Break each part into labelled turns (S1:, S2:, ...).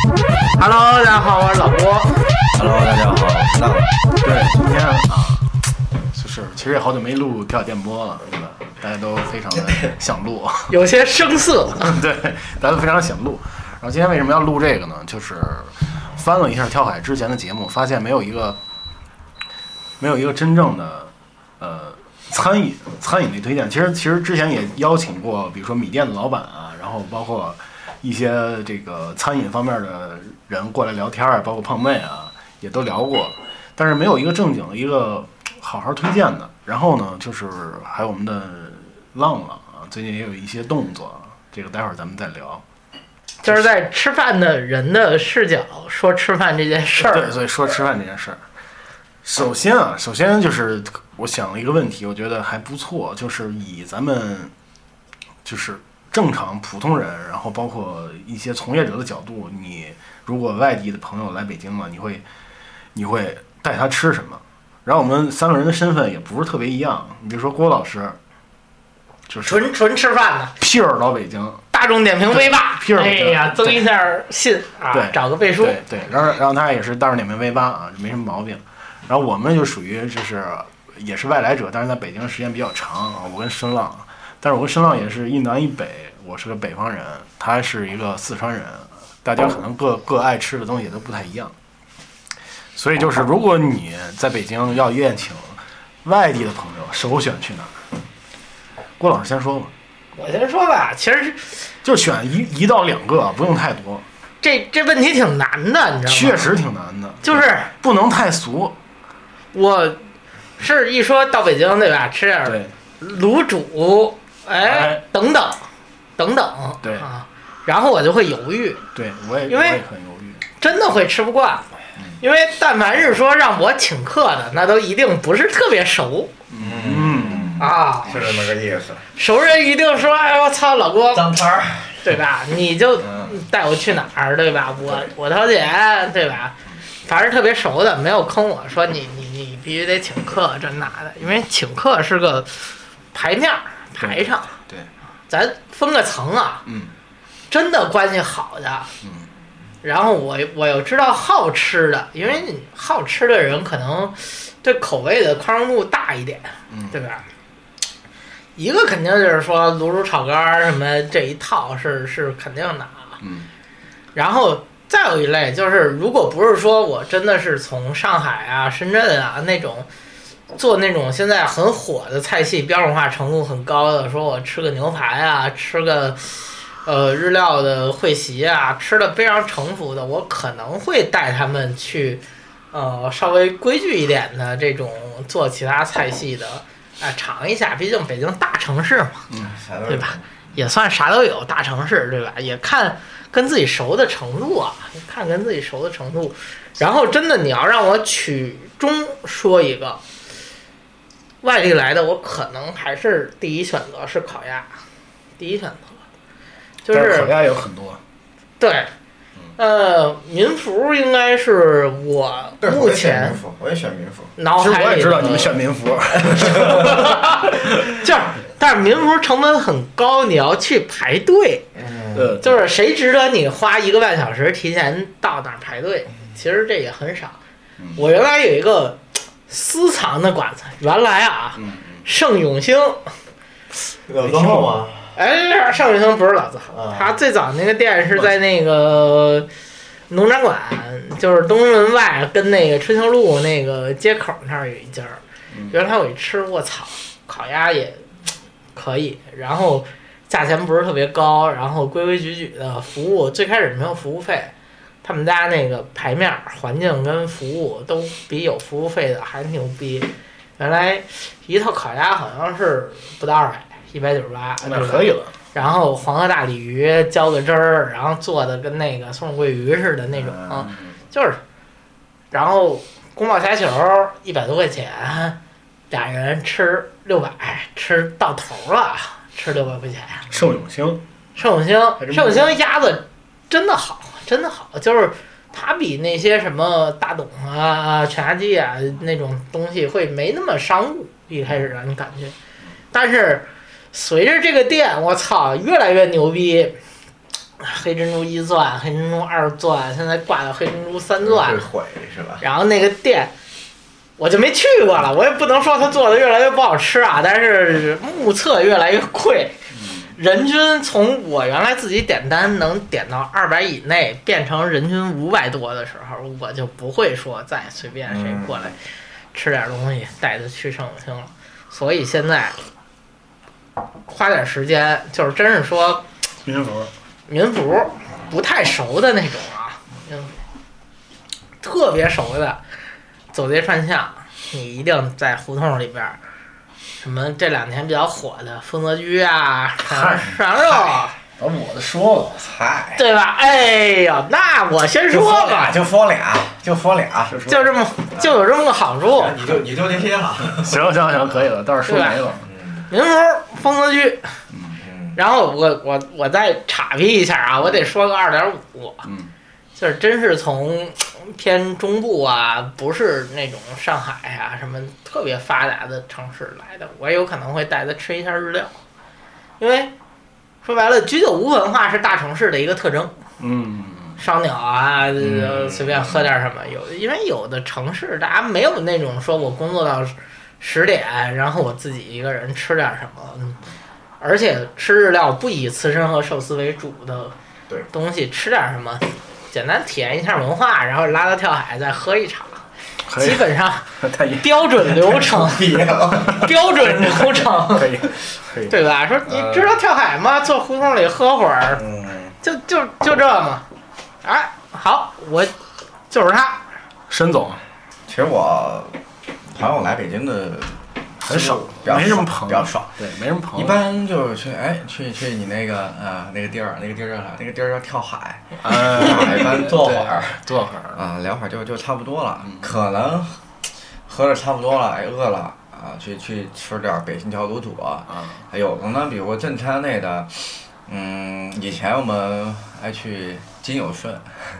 S1: 啊其实也好久没录跳电波了，对吧？大家都非常的想录，
S2: 有些生涩。
S1: 对，大家都非常想录。然后今天为什么要录这个呢？就是翻了一下跳海之前的节目，发现没有一个没有一个真正的呃餐饮餐饮类推荐。其实其实之前也邀请过，比如说米店的老板啊，然后包括一些这个餐饮方面的人过来聊天啊，包括胖妹啊，也都聊过，但是没有一个正经的一个好好推荐的。然后呢，就是还有我们的浪浪啊，最近也有一些动作，啊这个待会儿咱们再聊。
S2: 就是在吃饭的人的视角说吃饭这件事
S1: 对，
S2: 儿，
S1: 所以说吃饭这件事儿，首先啊，首先就是我想了一个问题，我觉得还不错，就是以咱们就是正常普通人，然后包括一些从业者的角度，你如果外地的朋友来北京了，你会你会带他吃什么？然后我们三个人的身份也不是特别一样，你比如说郭老师，就是
S2: 纯纯吃饭的。
S1: pure 老北京，
S2: 大众点评 V 霸
S1: 屁，股
S2: 哎呀，
S1: 对
S2: 增一下信啊
S1: 对，
S2: 找个背书。
S1: 对对，然后然后他也是大众点评 V 八啊，没什么毛病。然后我们就属于就是也是外来者，但是在北京的时间比较长啊。我跟申浪，但是我跟申浪也是一南一北，我是个北方人，他是一个四川人，大家可能各各爱吃的东西也都不太一样。所以就是如果你在北京要宴请外地的朋友，首选去哪儿？郭老师先说吧，
S2: 我先说吧，其实
S1: 就选一一到两个啊，不用太多，
S2: 这这问题挺难的，你知道吗？
S1: 确，实挺难的，
S2: 就是
S1: 不能太俗。
S2: 我是一说到北京对吧，吃点儿
S1: 对，
S2: 卤煮，哎
S1: 哎，
S2: 等等等等，
S1: 对
S2: 啊，然后我就会犹豫，
S1: 对，我也
S2: 因为
S1: 我也很犹豫。
S2: 真的会吃不惯，
S1: 嗯
S2: 因为但凡是说让我请客的，那都一定不是特别熟
S1: 嗯，
S2: 啊。
S3: 是这么个意思。
S2: 熟人一定说：“哎，我操，老郭，
S3: 脏摊儿，
S2: 对吧？你就
S3: 嗯，
S2: 带我去哪儿，对吧？我我掏钱，对吧？凡是特别熟的，没有坑我说你你你必须得请客这那的，因为请客是个排面儿排场。
S1: 对，
S2: 咱分个层啊，
S1: 嗯
S2: 真的关系好的，
S1: 嗯
S2: 然后我我又知道好吃的，因为你好吃的人可能对口味的宽容度大一点，
S1: 嗯，
S2: 对吧？一个肯定就是说卤煮炒肝儿什么这一套是是肯定的啊，
S1: 嗯
S2: 然后再有一类就是，如果不是说我真的是从上海啊、深圳啊那种做那种现在很火的菜系，标准化程度很高的，说我吃个牛排啊，吃个呃日料的会席啊，吃的非常成熟的，我可能会带他们去呃稍微规矩一点的这种做其他菜系的。啊，尝一下，毕竟北京大城市嘛，
S3: 啥都
S2: 对吧？也算啥都有，大城市对吧？也看跟自己熟的程度啊，看跟自己熟的程度。然后真的，你要让我曲中说一个外地来的，我可能还是第一选择是烤鸭，第一选择就
S1: 但
S2: 是
S1: 烤鸭有很多，
S3: 嗯
S2: 对，呃，民福应该是我
S3: 对，我
S2: 目
S3: 也选
S2: 前
S3: 民服，我也选民服。
S2: 脑
S1: 其实我
S2: 海
S1: 也
S2: 里
S1: 知道
S2: 的
S1: 你们选民服，
S2: 就是，但是民福成本很高，你要去排队。
S3: 嗯，
S1: 呃，
S2: 就是谁值得你花一个半小时提前到那儿排队？其实这也很少
S1: 嗯。
S2: 我原来有一个嘖私藏的馆子，原来啊，
S1: 嗯
S2: 盛永兴，
S3: 有多厚吗？
S2: 哎，盛永兴不是老字号
S3: 啊，
S2: 他最早那个店是在那个农展馆，就是东直门外跟那个春熙路那个街口那儿有一家儿
S1: 嗯。
S2: 原来我一吃，我操，烤鸭也嘖可以，然后价钱不是特别高，然后规规矩矩的服务，最开始没有服务费。他们家那个牌面儿环境跟服务都比有服务费的还牛逼。原来一套烤鸭好像是不到二百，一百九十八，
S1: 那可以了，
S2: 然后黄河大鲤鱼浇个汁儿，然后做的跟那个松鼠桂鱼似的那种，
S1: 嗯
S2: 就是，然后宫保虾球一百多块钱，俩人吃六百，吃到头了，吃六百块钱。
S1: 盛永兴，
S2: 盛永兴，
S1: 真
S2: 盛
S1: 不错
S2: 永兴鸭子真的好，真的好，就是它比那些什么大董啊、全鸭季啊那种东西会没那么商务，一开始让你感觉，但是随着这个店，我操，越来越牛逼。黑珍珠一钻，黑珍珠二钻，现在挂到黑珍珠三钻
S3: 会，毁是吧？
S2: 然后那个店，我就没去过了，我也不能说它做的越来越不好吃啊，但是目测越来越贵，人均从我原来自己点单能点到二百以内，变成人均五百多的时候，我就不会说再随便谁过来吃点东西带他去上午厅了。所以现在花点时间，就是真是说
S1: 民服，
S2: 民服不太熟的那种啊，嗯，特别熟的走街串巷，你一定在胡同里边儿，什么这两年比较火的丰泽居啊、
S1: 嗨
S2: 涮涮肉，
S1: 把我的说了，
S3: 嗨，
S2: 对吧？哎呀，那我先说吧，
S3: 就封俩，就封俩，嗯就
S2: 就这么就有这么个好处，
S3: 你就你就这些了。
S1: 行行行，可以了，倒是说没了，
S3: 嗯
S2: 民服丰泽居。
S3: 嗯，
S2: 然后我我我再岔劈一下啊，我得说个二点五，
S1: 嗯，
S2: 就是真是从嗯偏中部啊，不是那种上海啊什么特别发达的城市来的，我有可能会带他吃一下日料，因为说白了，居酒屋文化是大城市的一个特征，
S1: 嗯，
S2: 烧鸟啊，呃
S3: 嗯
S2: 随便喝点什么。有，因为有的城市大家没有那种说我工作到十点，然后我自己一个人吃点什么，嗯而且吃日料不以刺身和寿司为主的
S3: 对
S2: 东西，吃点什么，简单体验一下文化，然后拉到跳海再喝一场，
S1: 可
S2: 基
S1: 以，
S2: 本上
S1: 太严，
S2: 标准流 程，
S3: 毕业了。
S2: 标准流程。
S1: 可以，可以，
S2: 对吧？说你知道跳海吗？坐胡同里喝会儿，
S3: 嗯，
S2: 就就就这嘛。哎，好，我就是他，
S1: 申总
S3: 其实我朋友来北京的
S1: 很少
S3: 比较，
S1: 没什么
S3: 少
S1: 朋友，
S3: 比较少。
S1: 对，没什么朋
S3: 一
S1: 友，
S3: 般就是去哎去去你那个啊那个地儿那个地儿叫啥？那个地儿叫跳海，
S1: 哎，
S3: 一般啊 坐会儿
S1: 对，坐会儿，
S3: 啊聊会儿就就差不多了
S1: 嗯，
S3: 可能喝的差不多了，哎饿了啊去去吃点儿北新桥卤煮，
S1: 啊，
S3: 还有的呢，比如正餐类的，嗯，以前我们爱去金友顺，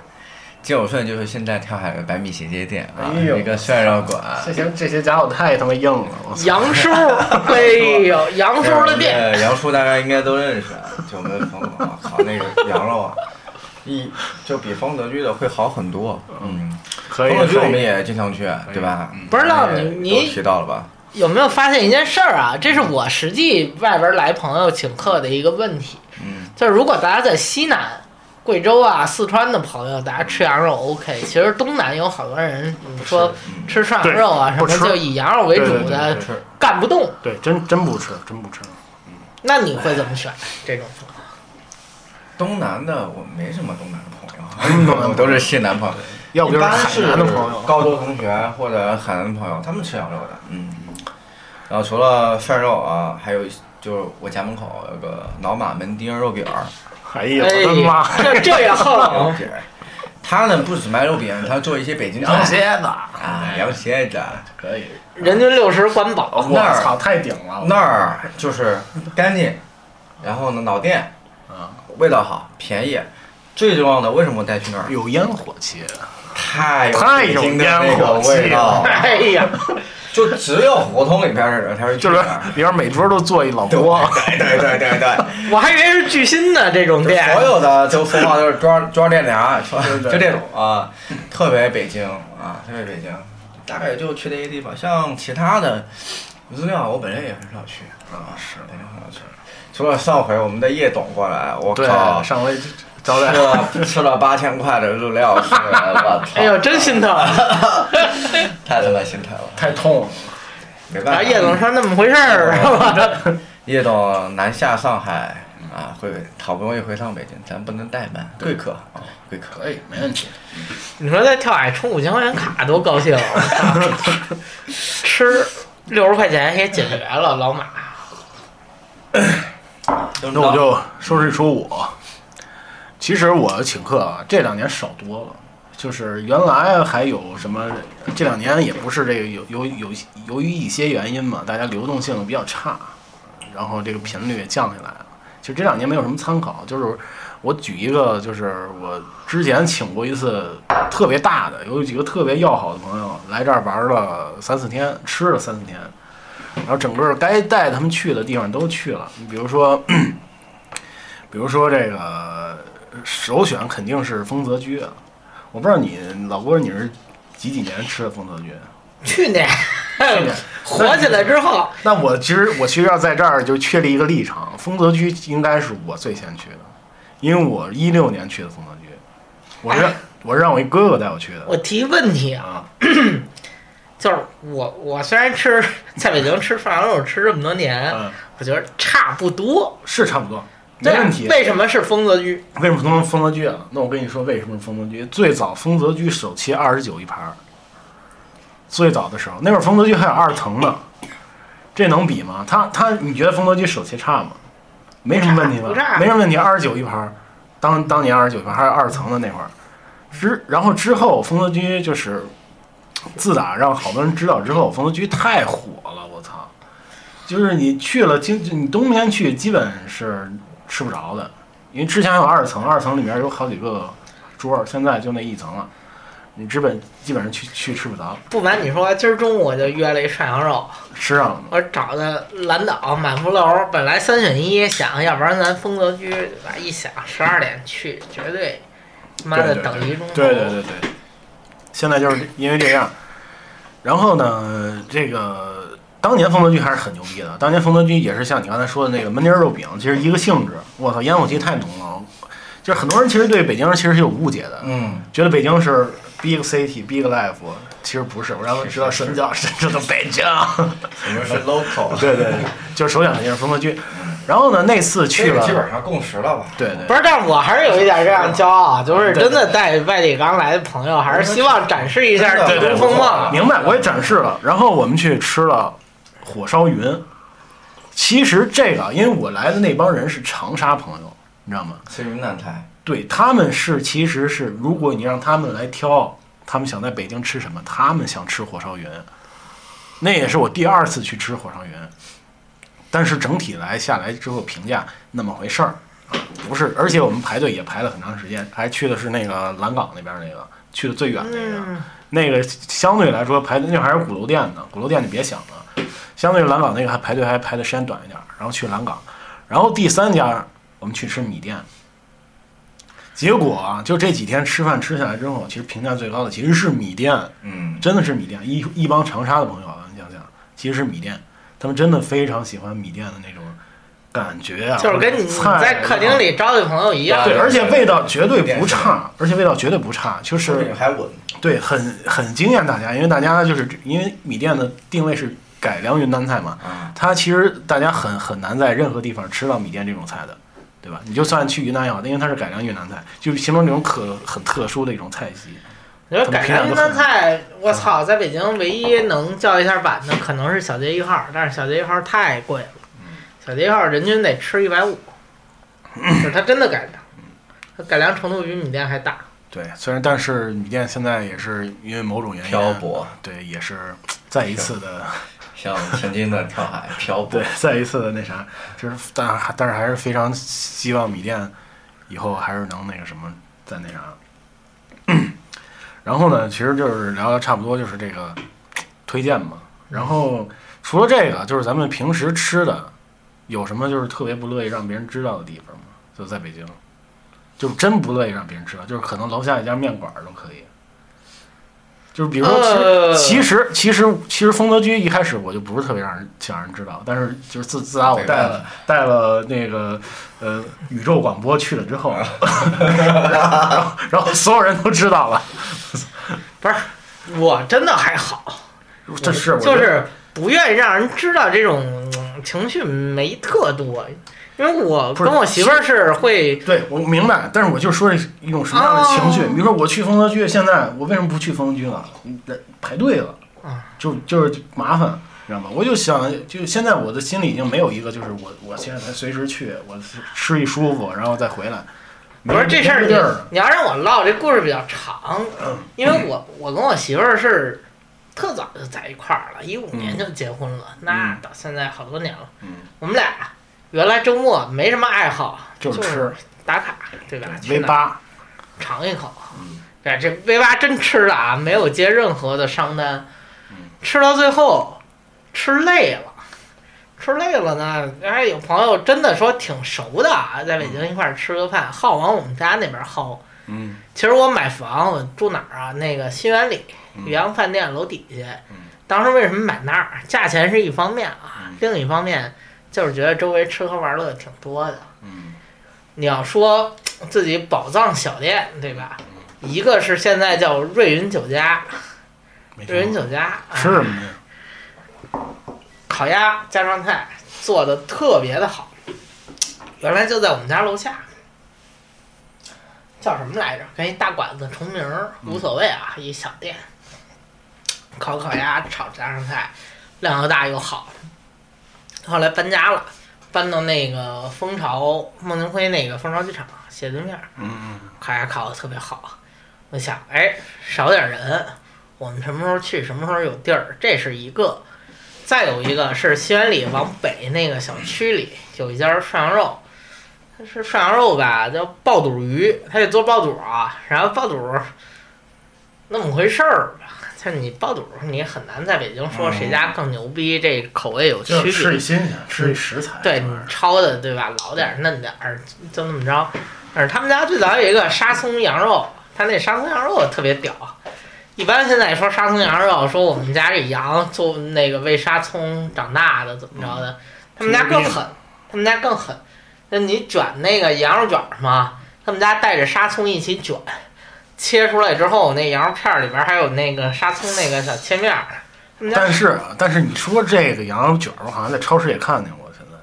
S3: 金友顺就是现在跳海的百米斜街店啊，
S1: 哎呦
S3: 一个涮肉馆。
S1: 这些这些家伙太他妈硬了，我操，
S2: 杨 叔，哎呦，杨叔的店，
S3: 呃杨叔大家应该都认识，啊九门风，我靠，那个羊肉啊，一就比丰德居的会好很多。嗯，
S1: 可以
S3: 丰德，居
S1: 可
S3: 我们
S1: 以，嗯
S3: 也经常去，啊对吧？
S2: 不知道
S3: 也
S2: 你你
S3: 都提到了吧？
S2: 有没有发现一件事儿啊？这是我实际外边来朋友请客的一个问题，
S3: 嗯，
S2: 就是如果大家在西南、贵州啊、四川的朋友，大家吃羊肉 OK，其实东南有好多人，你说
S3: 嗯
S2: 吃涮羊肉啊什
S1: 不
S2: 么，
S1: 吃
S2: 就以羊肉为主
S1: 对对
S2: 的
S3: 对吃
S2: 干不动，
S1: 对，真真不吃，真不吃，
S2: 那你会怎么选这种情况？
S3: 东南的我没什么东南的朋友，
S1: 嗯 东南
S3: 我都是西南朋友。
S1: 要不就是
S3: 一般
S1: 海南的朋友，
S3: 高中同学或者海南朋友，他们吃羊肉的，嗯。然后除了涮肉啊，还有就是我家门口有个老马门钉肉饼儿，
S1: 哎呀，我的 妈，
S2: 哎，这这也后
S3: 肉
S2: 冷，
S3: 饼儿，他呢不止卖肉饼，他做一些北京菜
S1: 蝎子，
S3: 啊，羊蝎子。
S1: 哎可以，
S2: 人均六十管饱，
S1: 哦我操，太顶了，
S3: 那儿就是干净，然后呢老店，
S1: 啊，
S3: 味道好，便宜。最重要的，为什么我带去那儿？
S1: 有烟火气，
S3: 太
S1: 太
S3: 有
S1: 有
S3: 北京的
S1: 烟
S3: 那
S1: 火
S3: 个味
S1: 气
S3: 道，
S2: 哎呀，
S3: 就只有胡同里边的人才会去
S1: 就是
S3: 那儿。
S1: 里边每桌都坐一老
S3: 对
S1: 郭，
S3: 对对对对。
S2: 我还以为是巨新的这种
S3: 就
S2: 店，
S3: 所有的就说话都是抓抓练俩，说
S1: 对对
S3: 就这种啊，特别北京啊，特别北京，大概也就去这些地方。像其他的日料，我本人也很少去啊，是本人很少去。除了上回我们的叶董过来，我
S1: 对
S3: 靠，，
S1: 上回招
S3: 吃
S1: 待
S3: 了 吃了八千块的日料，吃了我操，
S2: 哎呦，真 心疼。
S3: 太他妈心疼了，
S1: 太痛了，
S3: 没
S2: 然
S3: 办法。
S2: 后哎叶总说那么回 事儿是吧？
S3: 叶董南下上海啊，会好不容易回趟北京，咱不能怠慢，贵客啊，贵客。
S1: 可以，没问题，
S2: 你说在跳海充五千块钱卡多高兴啊！我操吃六十块钱也解决了，老马。
S3: 那
S1: 那我就说一说我。其实我请客啊，这两年少多了。就是原来还有什么，这两年也不是这个由由由由于一些原因嘛，大家流动性比较差，然后这个频率也降下来了。其实这两年没有什么参考，就是我举一个，就是我之前请过一次特别大的，有几个特别要好的朋友来这儿玩了三四天，吃了三四天，然后整个该带他们去的地方都去了。你比如说，比如说这个首选肯定是丰泽居啊，我不知道你老郭你是几几年吃的丰泽居？
S2: 去年
S1: 去 年
S2: 火起来之后，
S1: 那我其实我其实要在这儿就确立一个立场，丰泽区应该是我最先去的，因为我一六年去的丰泽区，我是
S2: 哎
S1: 我是让我一哥哥带我去的
S2: 我提问题啊，
S1: 啊，
S2: 就是我我虽然吃在北京吃涮羊肉吃这么多年，
S1: 嗯，
S2: 我觉得差不多，
S1: 是差不多，没
S2: 对啊
S1: 问题。
S2: 为什么是丰泽居？
S1: 为什么从丰泽居啊？那我跟你说，为什么是丰泽居？最早丰泽居首期二十九一盘儿，最早的时候，那会儿丰泽居还有二层呢，这能比吗？他他，你觉得丰泽居首期差吗？没什么问题吧
S2: 不差？
S1: 没什么问题，二十九一盘儿，当当年二十九一盘儿还有二层的那会儿，之然后之后丰泽居就是，自打让好多人知道之后，丰泽居太火了，我操！就是你去了，经你冬天去基本是吃不着的。因为之前还有二层，二层里面有好几个桌儿，现在就那一层了，你基本基本上去去吃不着，
S2: 不瞒你说，今儿中午我就约了一涮羊肉，
S1: 吃上了吗？
S2: 我找的蓝岛满福楼，本来三选一，想要不然咱丰泽居，对吧啊一想十二点去，绝对妈
S1: 对
S2: 的
S1: 对对
S2: 等一钟头。
S1: 对对对对，现在就是因为这样，然后呢，这个当年丰德居还是很牛逼的，当年丰德居也是像你刚才说的那个焖碟肉饼，其实一个性质。我操，烟火气太浓了，就是很多人其实对北京人其实是有误解的，
S3: 嗯，
S1: 觉得北京是 big city big life，其实不是，我让他们知道什么叫真正的北京。
S3: 你们是 local，
S1: 对对，对，就是首选肯定是风格居。然后呢，那次去
S3: 这个
S1: 了
S3: 基，本上共识了吧？
S1: 对对
S2: 不是，但是我还是有一点这样骄傲，啊就是
S1: 对对
S2: 真的带外地刚来的朋友，还是希望展示一下
S3: 对
S2: 九
S1: 对对
S2: 州风啊貌。
S1: 明白，我也展示了。然后我们去吃了火烧云。其实这个，因为我来的那帮人是长沙朋友，你知道吗？
S3: 是云南菜，
S1: 对他们是，其实是如果你让他们来挑，他们想在北京吃什么，他们想吃火烧云。那也是我第二次去吃火烧云，但是整体来下来之后评价那么回事儿啊，不是，而且我们排队也排了很长时间，还去的是那个蓝港那边那个，去的最远那个，
S2: 嗯，
S1: 那个相对来说排队那还是鼓楼店呢，鼓楼店就别想了。相对蓝港那个还排队还排的时间短一点，然后去蓝港，然后第三家我们去吃米店。结果啊，就这几天吃饭吃下来之后，其实评价最高的其实是米店，
S3: 嗯，
S1: 真的是米店。一一帮长沙的朋友啊，你想想，其实是米店，他们真的非常喜欢米店的那种感觉啊，
S2: 就是跟你你
S1: 菜啊
S2: 在客厅啊里招待朋友一样
S1: 对，，而且味道绝对
S3: 店
S1: 不差，而且味道绝对不差，就
S3: 说不
S1: 是
S3: 定还稳，
S1: 对，很很惊艳大家，因为大家就是因为米店的定位是改良云南菜嘛，
S3: 啊，
S1: 它其实大家很很难在任何地方吃到米店这种菜的，对吧？你就算去云南也好，因为它是改良云南菜，就形成这种可很特殊的一种菜系。
S2: 你说改良云南菜，我操，在北京唯一能叫一下板的可能是小街一号，但是小街一号太贵了，
S1: 嗯
S2: 小街一号人均得吃一 百五，就是它真的改良，它改良程度比米店还大。
S1: 对，虽然但是米店现在也是因为某种原因啊
S3: 漂，泊，
S1: 对，也是再一次的
S3: 像曾经的 跳海漂泊
S1: 对，，再一次的那啥，就是但还但是还是非常希望米店以后还是能那个什么，再那啥。然后呢，其实就是聊的差不多，就是这个推荐嘛。然后除了这个，就是咱们平时吃的，有什么就是特别不乐意让别人知道的地方吗？就在北京，就是真不乐意让别人知道，就是可能楼下一家面馆儿都可以。就是比如说吃，
S2: 呃
S1: 其实其实其实丰德居一开始我就不是特别让人想让人知道，但是就是自自打我带了带了那个呃宇宙广播去了之后， 然后然后所有人都知道了，
S2: 我真的还好，
S1: 这是我觉
S2: 就
S1: 得
S2: 是不愿意让人知道这种嗯情绪没特多，因为我
S1: 不是
S2: 跟我媳妇儿是会
S1: 对我明白，但是我就说一种什么样的情绪，
S2: 哦
S1: 比如说我去丰泽居，现在我为什么不去丰泽居了？那排队了
S2: 啊，
S1: 就就是麻烦，你知道吗？我就想，就现在我的心里已经没有一个，就是我我现在随时去，我吃一舒服，然后再回来。
S2: 不是这事儿
S1: 没
S2: 你
S1: 地儿，
S2: 你要让我唠，这故事比较长，因为我我跟我媳妇儿是特早就在一块儿了，一五年就结婚了，那到现在好多年了。
S1: 嗯
S2: 我们俩原来周末没什么爱好，
S1: 就是是吃
S2: 打卡，对吧？去
S1: V
S2: 哪儿
S1: 八，
S2: 尝一口
S1: 嗯。
S2: 哎，这 V 八真吃的啊，没有接任何的商单
S1: 嗯，
S2: 吃到最后吃累了，吃累了呢。哎，有朋友真的说挺熟的啊，在北京一块儿吃个饭，好往我们家那边薅。
S1: 嗯
S2: 其实我买房，我住哪儿啊？那个新源里
S1: 嗯
S2: 岳阳饭店楼底下
S1: 嗯，
S2: 当时为什么买那儿？价钱是一方面啊
S1: 嗯，
S2: 另一方面就是觉得周围吃喝玩乐挺多的。
S1: 嗯
S2: 你要说自己宝藏小店，对吧？一个是现在叫瑞云酒家，
S1: 没
S2: 瑞云
S1: 听过
S2: 酒家啊
S1: 吃什么呀？
S2: 烤鸭家常菜做的特别的好，原来就在我们家楼下，叫什么来着？跟一大馆子重名儿无所谓啊，一小店，烤烤鸭炒家常菜，量又大又好。后来搬家了，搬到那个蜂巢孟京辉那个蜂巢机场斜对面儿，
S1: 嗯
S2: 烤鸭烤的特别好。我想，哎，少点人，我们什么时候去，什么时候有地儿，这是一个。再有一个是西园里往北那个小区里有一家涮羊肉，它是涮羊肉吧，叫爆肚鱼，它得做爆肚啊，然后爆肚那么回事儿吧。像你爆肚，你也很难在北京说谁家更牛逼，这口味有区
S1: 就是
S2: 别。
S1: 吃一新鲜，吃一食材。这
S2: 对你
S1: 玩意儿
S2: 焯的对吧？老点儿嫩点儿，就那么着。但是他们家最早有一个沙葱羊肉，他那沙葱羊肉特别屌。一般现在说沙葱羊肉，说我们家这羊做那个喂沙葱长大的，怎么着的？他们家更狠，他们家更狠。那你卷那个羊肉卷儿嘛，他们家带着沙葱一起卷，切出来之后，那羊肉片儿里边儿还有那个沙葱那个小切面儿。他们家
S1: 但是啊，但是你说这个羊肉卷儿，我好像在超市也看见过。现在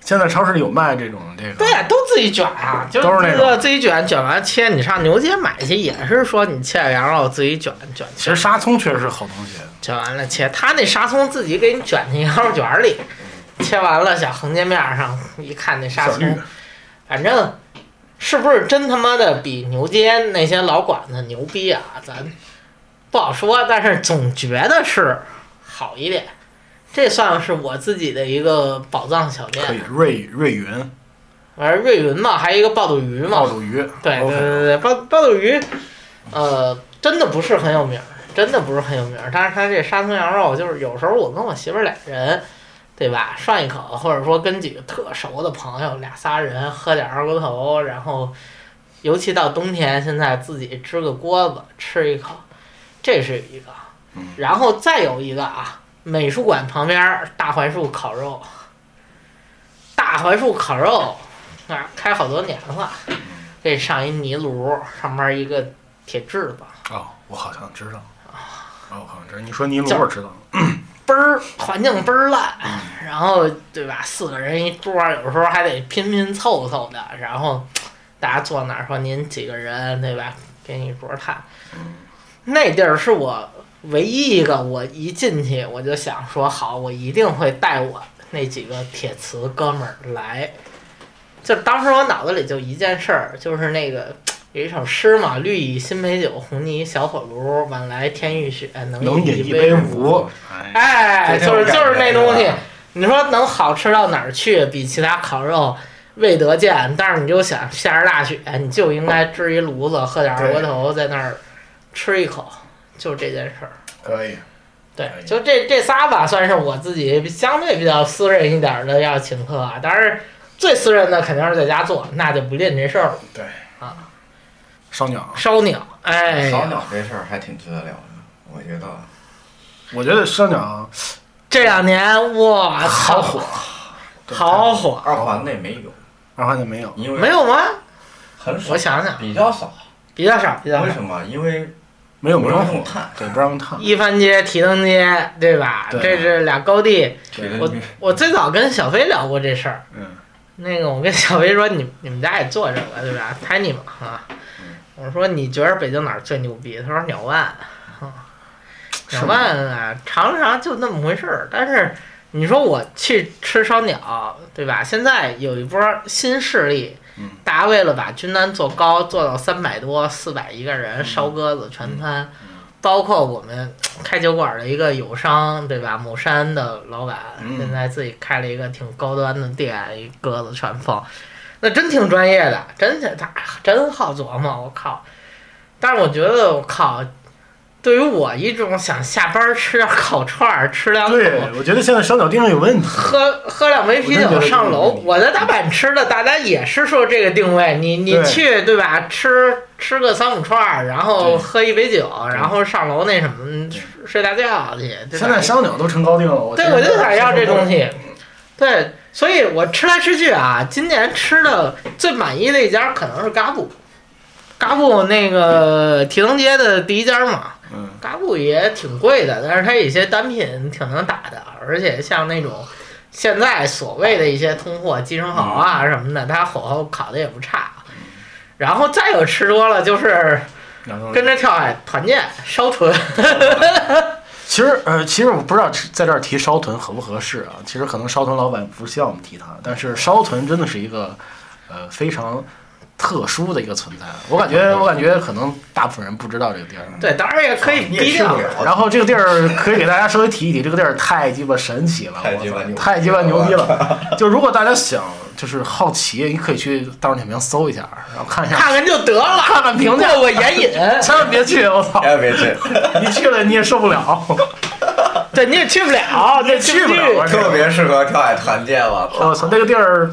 S1: 现在超市里有卖这种这个。
S2: 对呀、都自己卷啊，就是
S1: 都是那种
S2: 自己卷，卷完切，你上牛街买去，也是说你切点羊肉自己卷卷
S1: 其实
S2: 切，
S1: 沙葱确实是好东西，
S2: 卷完了切，他那沙葱自己给你卷进羊肉卷儿里，切完了小横截面儿上一看那沙
S1: 小绿
S2: 葱，反正是不是真他妈的比牛街那些老馆子牛逼啊？咱不好说，但是总觉得是好一点。这算是我自己的一个宝藏小店
S1: 可，以瑞瑞云
S2: 反正瑞云嘛，还有一个爆肚鱼嘛
S1: 爆，肚鱼，
S2: 对对
S1: OK
S2: 对对，爆爆肚鱼，呃，真的不是很有名儿，真的不是很有名儿。但是它这沙葱羊肉，就是有时候我跟我媳妇儿俩人，对吧，涮一口，或者说跟几个特熟的朋友俩仨人喝点二锅头，然后尤其到冬天，现在自己支个锅子吃一口，这是一个
S1: 嗯。
S2: 然后再有一个啊，美术馆旁边儿大槐树烤肉，大槐树烤肉那、啊、开好多年了。这上一泥炉，上面一个铁质子，
S1: 哦，我好像知道，哦，我好像知道。你说泥炉
S2: 啊叫
S1: 我知道，
S2: 倍儿环境倍儿烂，然后对吧？四个人一桌，有时候还得拼拼凑凑的，然后大家坐那儿说您几个人对吧？给你一桌看，那地儿是我唯一一个，我一进去我就想说好，我一定会带我那几个铁磁哥们儿来。就当时我脑子里就一件事儿，就是那个有一首诗嘛，“绿蚁新醅酒，红泥小火炉，晚来天欲雪，能
S1: 能饮
S2: 饮
S1: 一
S2: 杯
S1: 杯无。哎，
S2: 哎，
S3: 这
S2: 就是
S3: 种感
S2: 就是那
S3: 觉
S2: 东西
S3: 啊，
S2: 你说能好吃到哪儿去？比其他烤肉未得见，但是你就想下着大雪，你就应该支一炉子，喝点二锅头，在那儿吃一口，就这件事儿。
S1: 可以，
S2: 对
S1: 哎，
S2: 就这这仨吧，算是我自己相对比较私人一点儿的要请客啊。当然，最私人的肯定是在家做，那就不吝这事儿了。
S1: 对
S2: 啊，
S1: 烧鸟，
S2: 烧鸟，哎呀，
S3: 烧鸟这事儿还挺值得聊的，我觉得。
S1: 我觉得烧鸟
S2: 这两年哇，
S1: 好火，，对
S2: 好，火，
S3: 二环内没有，
S1: 二环就没有，
S3: 因为
S2: 没有吗？
S3: 很少
S2: 我，想想，
S3: 比较少。
S2: 比较少，比较少
S3: 为。什么？因为
S1: 没有
S3: 不
S1: 明
S3: 让
S1: 火
S3: 用，碳，
S1: 对，不让用烫，
S2: 一番街、提灯街，对吧？
S1: 对
S2: 这是俩高地。
S3: 觉得
S2: 我
S3: 你
S2: 我最早跟小飞聊过这事儿，
S1: 嗯，
S2: 那个我跟小飞说，你你们家也做这个对吧？拍你嘛啊
S1: 嗯！
S2: 我说你觉得北京哪儿最牛逼？他说鸟万，啊
S1: 是
S2: 鸟
S1: 吗
S2: 万啊，尝尝就那么回事儿。但是你说我去吃烧鸟，对吧？现在有一波新势力
S1: 嗯，
S2: 大家为了把军单做高，做到三百多、四百一个
S1: 嗯
S2: 人烧鸽子全餐。包括我们开酒馆的一个友商，对吧？某山的老板
S1: 嗯
S2: 现在自己开了一个挺高端的店，一鸽子全放，那真挺专业的，真是他真好琢磨，我靠！但是我觉得，我靠，对于我一种想下班吃点烤串儿，吃两口
S1: 对，我觉得现在烧鸟定位有问题，
S2: 喝喝两杯啤酒上楼，我在大阪吃的，大家也是说这个定位，你你
S1: 对
S2: 去对吧？吃吃个三五串儿，然后
S1: 对
S2: 喝一杯酒，然后上楼那什么睡睡大觉去。 对吧
S1: 现在烧鸟都成高定了，我
S2: 对
S1: 觉得
S2: 我就想要这东西。对，所以我吃来吃去啊，今年吃的最满意的一家可能是嘎布，嘎布那个提灯街的第一家嘛。
S1: 嗯，
S2: 嘎布也挺贵的，但是它有一些单品挺能打的，而且像那种现在所谓的一些通货鸡生蚝啊什么的，它火候烤的也不差。然后再有吃多了就是
S1: 两头
S2: 跟着跳海团建烧纯，
S1: 其实呃，其实我不知道在这儿提烧豚合不合适啊。其实可能烧豚老板不希望我们提他，但是烧豚真的是一个呃非常特殊的一个存在。啊我
S3: 嗯
S1: 感觉我感觉可能大部分人不知道这个地儿。
S2: 对，当然也可以
S3: 你也
S2: 低
S3: 吃
S2: 调
S3: 不。了。
S1: 然后这个地儿可以给大家稍微提一提，这个地儿太鸡巴神奇了，
S3: 太鸡巴
S1: 我操
S3: 牛
S1: 太鸡巴牛逼 了。就如果大家想就是好奇，你可以去大众点评搜一下，然后看一下，
S2: 看看就得了，
S1: 看看评价
S2: 过过眼瘾。
S1: 千万别去，我操，
S3: 哎，别 去，
S1: 你去了你也受不 了。
S2: 对，你也去不了，
S1: 你也
S2: 进
S1: 去不了啊
S3: 特别适合跳海团建了。
S1: 我操，那个地儿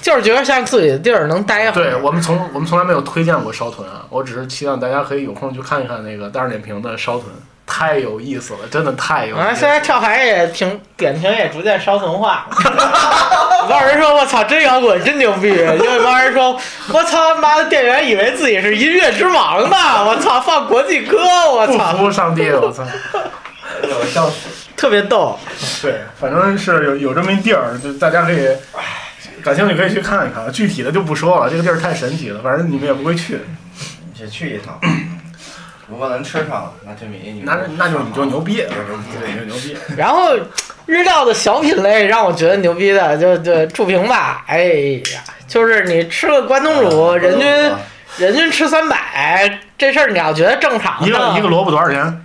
S2: 就是觉得像自己的地儿能待一会
S1: 对
S2: 儿。
S1: 我们从我们从来没有推荐过烧豚啊，我只是期望大家可以有空去看一看那个大众点评的烧豚，太有意思了，真的太有
S2: 啊，
S1: 意思
S2: 现
S1: 了。
S2: 在跳海也评点评也逐渐烧文 化，有帮人说我操真摇滚真牛逼，有一帮人说我操妈的店员以为自己是音乐之王呢， 我操放国际歌，我
S1: 不
S2: 操
S1: 服上帝，我 操！
S3: 哎呦，笑死！
S2: 特别逗。
S1: 对，反正是有有这么一地儿，就大家可以，唉感兴趣可以去看一看。具体的就不说了，这个地儿太神奇了，反正你们也不会去。
S3: 你去去一趟，如果能吃上了，那就你你
S1: 那那就你就牛逼， 对，你
S3: 对
S1: 就牛逼。
S2: 然后日料的小品类让我觉得牛逼的，就就触屏吧，哎呀，就是你吃个啊关东煮，
S3: 啊
S2: 人均 人均吃三百，这事儿你要觉得正常
S1: 一个一个
S2: 呢，
S1: 萝卜多少钱？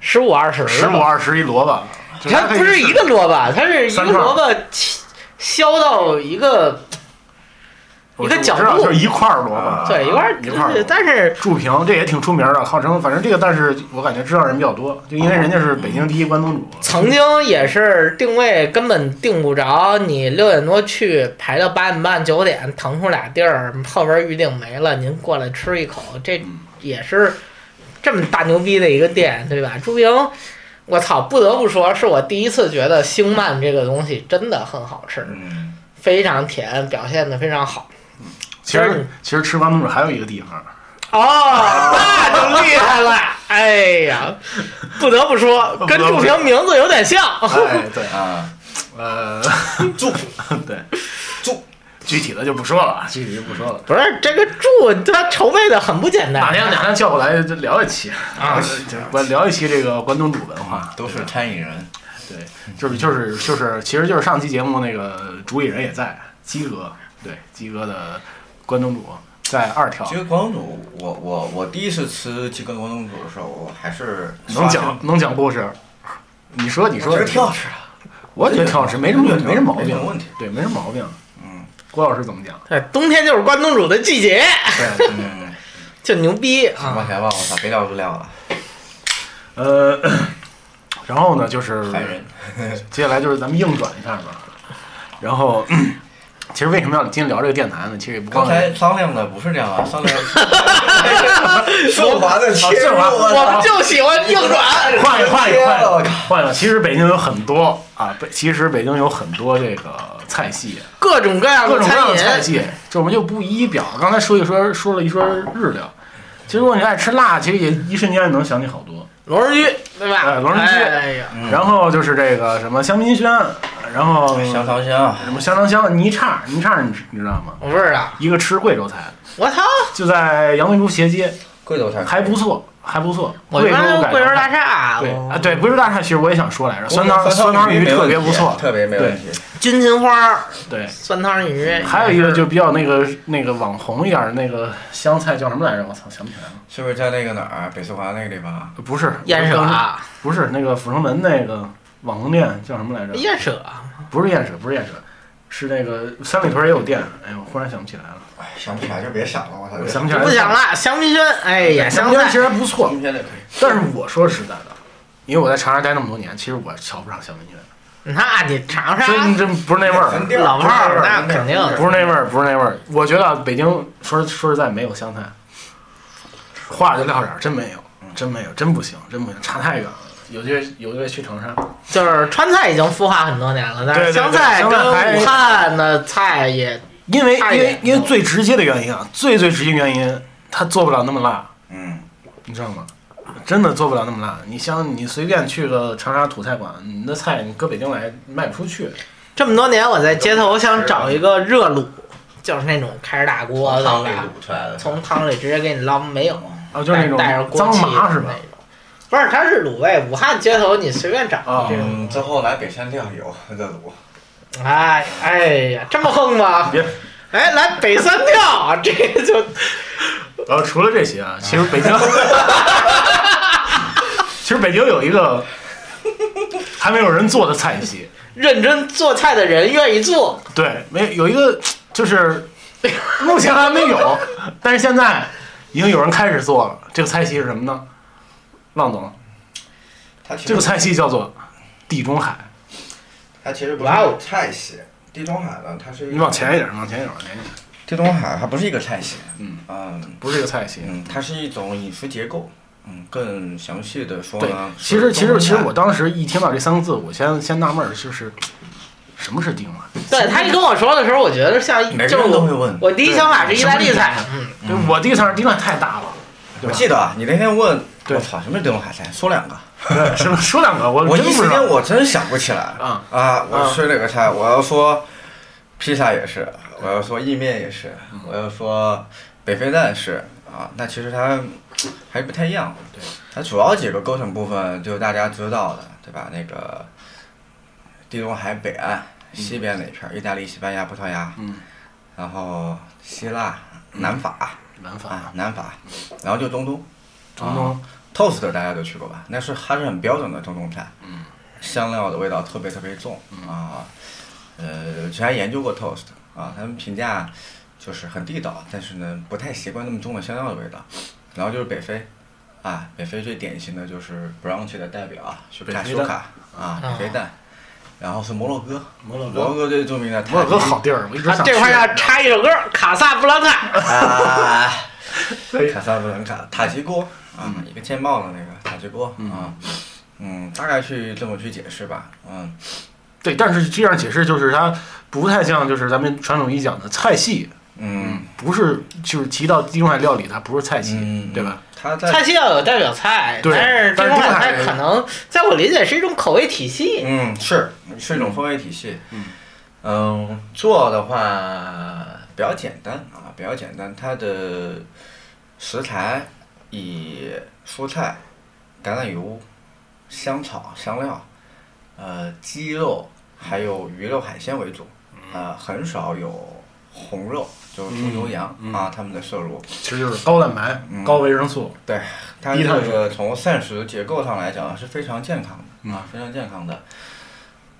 S2: 十五二十，
S1: 十五二十一萝卜。就大家
S2: 它
S1: 可以
S2: 不是
S1: 试
S2: 一个萝卜，它是一个
S1: 三串儿
S2: 萝卜切削到一个
S1: 我
S2: 一个
S1: 知
S2: 角
S1: 我知道
S2: 度
S1: 就是一块儿萝卜
S3: 啊。
S2: 对一块儿
S1: 一块儿
S2: 对但是
S1: 祝平这也挺出名的，号称反正这个，但是我感觉知道人比较多，就因为人家
S3: 哦
S1: 是北京第一关东煮。
S3: 嗯
S2: 曾经也是定位根本定不着，你六点多去排到八点半九点，腾出俩地儿，后边预定没了，您过来吃一口，这
S1: 嗯
S2: 也是这么大牛逼的一个店，对吧？朱平，我操，不得不说是我第一次觉得星鳗这个东西真的很好吃，
S3: 嗯，
S2: 非常甜，表现的非常好。
S1: 其实其实吃关东煮还有一个地方，
S2: 哦，那就厉害了！啊 哎呀，不 得不说，
S1: 不
S2: 跟
S1: 得
S2: 祝
S1: 不说
S2: 平名字有点像。
S1: 哎，对，
S3: 啊，
S1: 呃，
S3: 住
S1: 对，
S3: 住，
S1: 具体的就不说了，啊具体就不说了。
S2: 不是这个祝他筹备的很不简
S3: 哎
S2: 单。
S1: 哪天哪天叫过来就聊一期
S2: 啊，
S1: 就关聊一期这个关东煮文化，
S3: 啊都是餐饮人，
S1: 对，就是就是就是，其实就是上期节目那个主理人也在，鸡哥，对，鸡哥的关东煮在二条
S3: 其，实关东煮，我我我第一次吃鸡跟关东煮的时候，我还是
S1: 能讲能讲故事。你说你
S3: 你
S1: 说，
S3: 挺好吃的，
S1: 我觉得挺好吃，没什么没什么毛
S3: 没
S1: 病
S3: 什么，问题。
S1: 对，没什么毛病。
S3: 嗯
S1: 郭老师怎么讲？
S2: 对，哎冬天就是关东煮的季节，
S1: 对，
S3: 嗯，
S2: 就牛逼
S3: 行
S2: 啊！
S3: 吧行吧，我操，别聊日料了，
S1: 呃，然后呢，就是
S3: 烦人。
S1: 接下来就是咱们硬转一下吧。然后，其实为什么要今天聊这个电台呢？其实也不光
S3: 刚
S1: 是
S3: 才商量的不是这样啊，商量 顺滑的
S1: 切入啊
S2: 我们就喜欢硬转。
S1: 换一个，换一个，换一
S3: 我
S1: 个
S3: 靠，
S1: 换一个。其实北京有很多啊，北其实北京有很多这个菜系，
S2: 各种各样
S1: 各
S2: 的
S1: 种各样的菜
S2: 餐饮，
S1: 系，就我们就不一一表。刚才说一说，说了一说日料。其实如果你爱吃辣，其实也一瞬间能想起好多。
S2: 龙人居对吧？
S1: 哎龙人居
S2: 哎呀，
S3: 嗯
S1: 然后就是这个什么香槟轩，然后
S3: 香肠香啊，
S1: 什么香肠香泥叉，泥叉你知你知道吗？
S2: 我不知道，
S1: 一个吃贵州菜的，
S2: 我操！
S1: 就在杨梅竹斜街，
S3: 贵州菜
S1: 还不错，还不错。
S2: 我
S1: 贵
S2: 一
S1: 州
S2: 般
S1: 改
S2: 贵州
S1: 良
S2: 大
S1: 菜。
S2: 厦，哦
S1: 对
S2: 我
S1: 啊，对，贵州大厦其实我也想说来着，酸汤酸
S3: 酸
S1: 汤鱼
S3: 没
S1: 特
S3: 问
S1: 别
S3: 题啊
S1: 不错，
S3: 特别没问题。
S2: 金银花、
S1: 对。
S2: 酸汤鱼，
S1: 还有一个就比较那个那个网红一点儿那个湘菜叫什么来着？我操，想不起来了。
S3: 是不是在那个哪儿，北四环那个地方？
S1: 不是
S2: 燕舍，啊，
S1: 不是那个阜成门那个网红店叫什么来着？
S2: 燕舍啊，
S1: 不是燕舍，不是燕舍，是那个三里屯也有店。哎呦，忽然想不起来了，
S3: 哎，想不起来就别想了，我操！
S1: 我想不起来了。
S2: 不想了，香槟轩，哎呀，
S1: 香
S2: 香
S1: 槟其
S2: 菜，
S1: 实还不错，
S3: 今天就可以。
S1: 但是我说实在的，因为我在长沙待那么多年，其实我瞧不上香槟轩，
S2: 那你尝
S1: 真
S2: 尝，
S1: 真不是那味儿
S3: 分。店
S2: 老炮儿
S3: 分店
S2: 那肯定
S1: 啊不是那味儿，不是那味儿。我觉得北京说说实在没有湘菜，画的料点儿真没有，真没有，真不行，真不行，差太远了。有些有些去长沙，
S2: 就是川菜已经孵化很多年了，但
S1: 对对
S2: 是湘菜
S1: 对
S2: 跟
S1: 湘菜还
S2: 武汉的菜也
S1: 因为因
S2: 差一
S1: 为
S2: 点
S1: 因为最直接的原因啊，最最直接原因，他做不了那么辣，
S3: 嗯，
S1: 你知道吗？真的做不了那么辣。你像你随便去个长沙土菜馆，你的菜你搁北京来卖不出去。
S2: 这么多年，我在街头想找一个热卤，就是那种开着大锅的，
S3: 从汤里卤出来的，
S2: 从汤里直接给你捞，没有，
S1: 啊，就是那种
S2: 带着锅
S1: 脏
S2: 气
S1: 麻
S2: 的
S1: 是
S2: 那
S1: 吧？
S2: 种不是，它是卤味，武汉街头你随便找
S1: 啊
S2: 这种。
S3: 嗯，之后来北山料有热卤，
S2: 哎哎呀，这么横吗？
S1: 别，
S2: 哎，来北三跳，这个就
S1: 然后除了这些啊，其实北京， 其实北京有一个还没有人做的菜系，
S2: 认真做菜的人愿意做。
S1: 对，没有一个就是目前还没有，但是现在已经有人开始做了。这个菜系是什么呢？浪总，
S3: 它其
S1: 这个
S3: 实
S1: 菜系叫做地中海。
S3: 它其实不
S2: 哇哦
S3: 是菜系，地中海呢，它是一个
S1: 你往前一点，往前一点，往前一点。
S3: 地中海它不是一个菜系，
S1: 嗯
S3: 嗯
S1: 不是这个菜系。
S3: 嗯，它是一种饮食结构，嗯，更详细的说
S1: 对
S3: 呢，，
S1: 其实
S3: 啊是
S1: 其实
S3: 中
S1: 其实
S3: 餐
S1: 我当时一听到这三个字，我先先纳闷儿，就是什么是地中海？
S3: 嗯
S2: 对他一跟我说的时候，我觉得像一
S3: 每
S2: 就是
S3: 个人都会
S2: 我
S3: 问。
S2: 我第一想法是意大利菜
S1: 什，
S2: 嗯，
S1: 对我第一想地中海太大了，对
S3: 我
S1: 吧
S3: 记得啊，你那天问
S1: 对
S3: 我操什么是地中海菜，说两个，
S1: 对什么说两个，我
S3: 我
S1: 真
S3: 一
S1: 不知
S3: 时间
S1: 道。
S3: 我真想不起来
S1: 啊
S3: 啊！我
S1: 啊
S3: 吃这个菜，我要说披萨也是，我要说意面也是，
S1: 嗯
S3: 我要说北非蛋是啊。那其实它还不太一样，
S1: 对，
S3: 它主要几个构成部分就是大家知道的，对吧？那个地中海北岸西边那片儿，意大利、西班牙、葡萄牙，
S1: 嗯，
S3: 然后希腊、南法
S1: 南法、
S3: 啊，南法，然后就中东，啊
S1: 中东，
S3: toast 大家都去过吧？那是它是很标准的中东菜，
S1: 嗯，
S3: 香料的味道特别特别重、啊。呃，之前研究过 toast 啊，他们评价就是很地道，但是呢不太习惯那么重的香料的味道。然后就是北非，啊，北非最典型的就是 brunch 的代表啊，是
S1: 北
S3: 卡
S1: 非
S3: 舒
S1: 蛋
S3: 卡啊，
S2: 啊
S3: 北非蛋。然后是摩洛哥，
S1: 摩洛
S3: 摩洛
S1: 哥，
S3: 哥最著名的塔吉，
S1: 摩洛哥好地儿，我一直
S2: 啊
S1: 想去。
S2: 这块要插一首歌，卡萨布兰卡。
S3: 啊，
S1: 可以
S3: 卡萨布兰卡塔吉锅啊，一个键帽的那个塔吉锅
S1: 嗯
S3: 啊，嗯，大概去这么去解释吧，嗯，
S1: 对，但是这样解释就是它不太像就是咱们传统一讲的菜系，
S3: 嗯，
S1: 不是就是提到地中海料理，它不是菜系，
S3: 嗯
S1: 对吧？？
S3: 他在
S2: 菜系要有代表菜，
S1: 对
S2: 但是
S1: 但
S2: 地
S1: 是
S2: 中海
S1: 地中海
S2: 菜可能在我理解是一种口味体系。
S3: 嗯是是一种风味体系，
S1: 嗯
S3: 嗯，做的话比较简单啊，比较简单，它的食材以蔬菜、橄榄油、香草、香料，呃，鸡肉还有鱼肉、海鲜为主，呃，很少有红肉，就是猪牛羊、
S1: 嗯嗯嗯
S3: 啊，他们的摄入。
S1: 其实就是高蛋白、
S3: 嗯
S1: 高维生素，
S3: 对，它
S1: 低
S3: 这
S1: 碳
S3: 个从膳食结构上来讲是非常健康的
S1: 嗯
S3: 啊，非常健康的。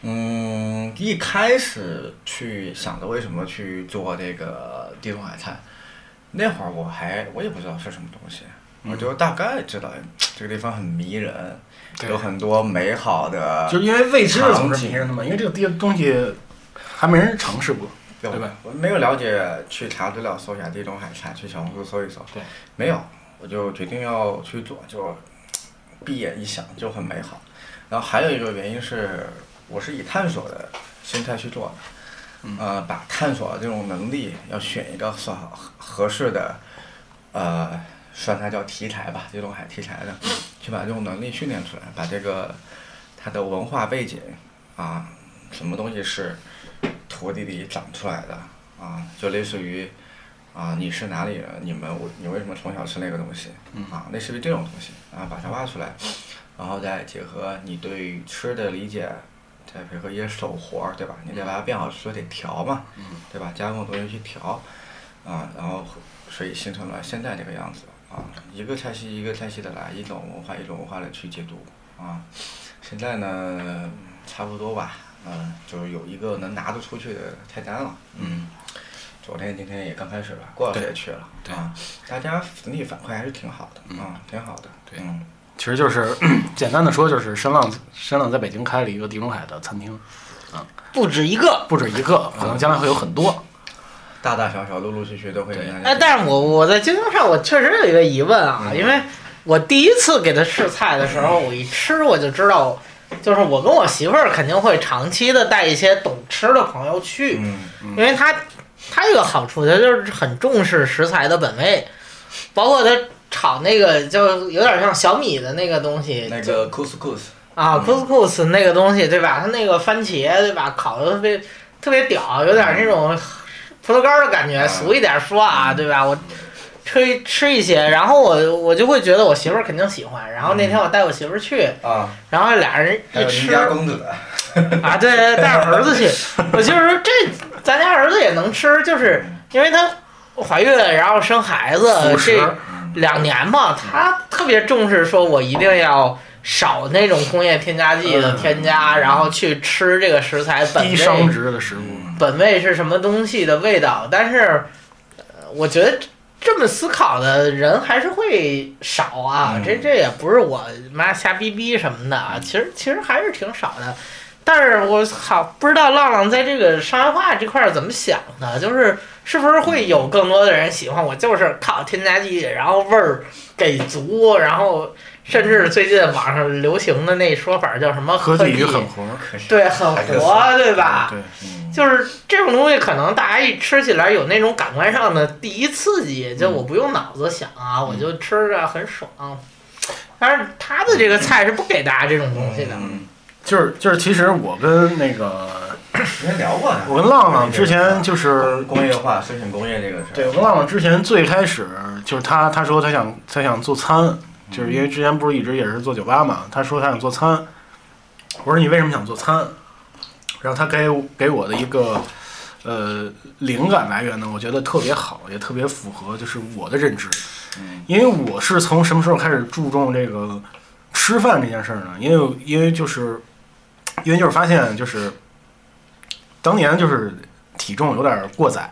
S3: 嗯，一开始去想着为什么去做这个地中海菜，那会儿我还我也不知道是什么东西，
S1: 嗯
S3: 我就大概知道这个地方很迷人，
S1: 对
S3: 有很多美好的
S1: 就是因为未知的总是迷人的嘛，因为这个地东西还没人尝试过。对吧？
S3: 我没有了解，去查资料搜一下地中海菜，去小红书搜一搜。
S1: 对，
S3: 没有，我就决定要去做，就闭眼一想就很美好。然后还有一个原因是，我是以探索的心态去做的，
S1: 嗯
S3: 呃，把探索的这种能力要选一个合合适的，呃，算它叫题材吧，地中海题材的，去把这种能力训练出来，把这个它的文化背景啊，什么东西是土地里长出来的啊，就类似于啊，你是哪里人？你们我你为什么从小吃那个东西？啊，类似于这种东西啊，把它挖出来，然后再结合你对吃的理解，再配合一些手活儿，对吧？你得把它变好吃，得调嘛，对吧？加工的东西去调，啊，然后所以形成了现在这个样子啊，一个菜系一个菜系的来，一种文化一种文化的去解读啊。现在呢，差不多吧，嗯、就是有一个能拿得出去的菜单了，嗯。昨天、今天也刚开始吧，郭老师也去了，
S1: 对
S3: 啊，大家整体反馈还是挺好的，嗯，挺好的，
S1: 对
S3: 嗯，
S1: 其实就是 简单的说，就是声浪声浪在北京开了一个地中海的餐厅，
S2: 不止一个，
S1: 不止一个，可能将来会有很多。
S3: 大大小小、陆陆续续都会给大家。
S2: 哎，但是我我在京东上我确实有一个疑问啊，
S3: 嗯
S2: 因为我第一次给他试菜的时候，我一吃我就知道，就是我跟我媳妇儿肯定会长期的带一些懂吃的朋友去，
S3: 嗯，
S2: 因为她她有个好处，她就是很重视食材的本味，包括她炒那个就有点像小米的那个东西，
S3: 那
S2: 就
S3: 个 couscous，
S2: 啊
S3: 嗯
S2: ，couscous 那个东西对吧？它那个番茄对吧，烤的特别特别屌，有点那种葡萄干儿的感觉，
S3: 嗯
S2: 俗一点说啊，对吧？我吃一吃一些，然后我我就会觉得我媳妇儿肯定喜欢。然后那天我带我媳妇儿去，
S3: 啊，
S2: 然后俩人
S3: 嗯还
S2: 一
S3: 有邻
S2: 吃
S3: 家公子，嗯
S2: 啊， 对，对带着儿子去，我就是说这咱家儿子也能吃，就是因为他怀孕，然后生孩子
S1: 辅，
S2: 这
S1: 食，
S2: 两年嘛，他特别重视，说我一定要少那种工业添加剂的添加，然后去吃这个食材本
S1: 低商
S2: 味，
S1: 值的食物。
S3: 嗯
S2: 本味是什么东西的味道。但是，呃我觉得这么思考的人还是会少啊。
S3: 嗯
S2: 这这也不是我妈瞎逼逼什么的啊，其实其实还是挺少的。但是我操，不知道浪浪在这个商业化这块儿怎么想的，就是是不是会有更多的人喜欢我？就是靠添加剂，然后味儿给足，然后甚至最近网上流行的那说法叫什么
S1: 科
S2: 技
S1: 技与狠活，
S3: 可惜，
S2: 对，很
S3: 还是
S2: 活，对吧？
S1: 对，
S3: 嗯
S2: 就是这种东西，可能大家一吃起来有那种感官上的第一刺激，
S3: 嗯
S2: 就我不用脑子想啊，我就吃着很爽。但是他的这个菜是不给大家这种东西的，
S3: 嗯，
S1: 就是就是，其实我跟那个
S3: 之前聊过的，
S1: 我跟浪浪之前就是
S3: 工业化、食品工业这个事儿，
S1: 对，我跟浪浪之前最开始就是他，他说他想他想做餐，就是
S3: 嗯
S1: 因为之前不是一直也是做酒吧嘛，他说他想做餐，我说你为什么想做餐？然后他给我给我的一个呃灵感来源呢，我觉得特别好，也特别符合就是我的认知，
S3: 嗯
S1: 因为我是从什么时候开始注重这个吃饭这件事儿呢？因为因为就是因为就是发现就是当年就是体重有点儿过载，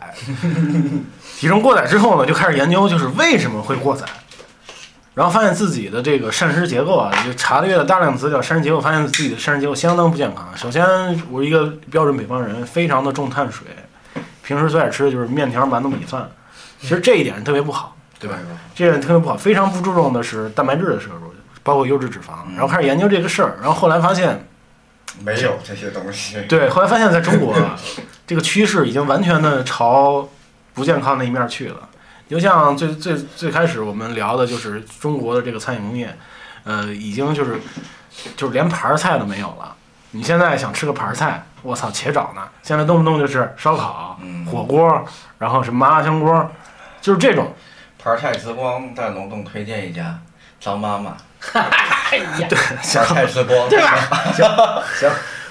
S1: 体重过载之后呢，就开始研究就是为什么会过载，然后发现自己的这个膳食结构啊，就查阅了大量资料，膳食结构发现自己的膳食结构相当不健康。首先，我一个标准北方人，非常的重碳水，平时最爱吃的就是面条、馒头、米饭，其实这一点是特别不好。
S3: 对吧？
S1: 这点特别不好，非常不注重的是蛋白质的摄入，包括优质脂肪。
S3: 嗯
S1: 然后开始研究这个事儿，然后后来发现，
S3: 没有这些东西，
S1: 对，后来发现在中国 啊，这个趋势已经完全的朝不健康那一面去了。就像最最最开始我们聊的就是中国的这个餐饮工业，呃，已经就是就是连盘儿菜都没有了。你现在想吃个盘儿菜，我操，且找呢！现在动不动就是烧烤、
S3: 嗯
S1: 火锅，然后什么麻辣香锅，就是这种。
S3: 盘菜之光在龙洞推荐一家，张 妈妈
S2: 哎呀，
S3: 盘菜之光，
S2: 对吧？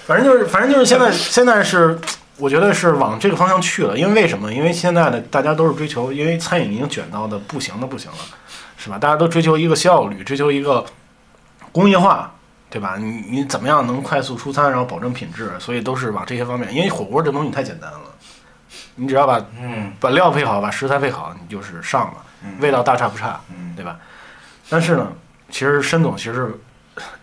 S1: 反正就是，反正就是现在，现在是，我觉得是往这个方向去了。因为为什么？因为现在的大家都是追求，因为餐饮已经卷到的不行的不行了，是吧？大家都追求一个效率，追求一个工业化，对吧？你你怎么样能快速出餐，然后保证品质？所以都是往这些方面。因为火锅这东西太简单了，你只要把
S3: 嗯
S1: 把料配好，把食材配好，你就是上了，
S3: 嗯，
S1: 味道大差不差。
S3: 嗯，
S1: 对吧？但是呢，其实申总其实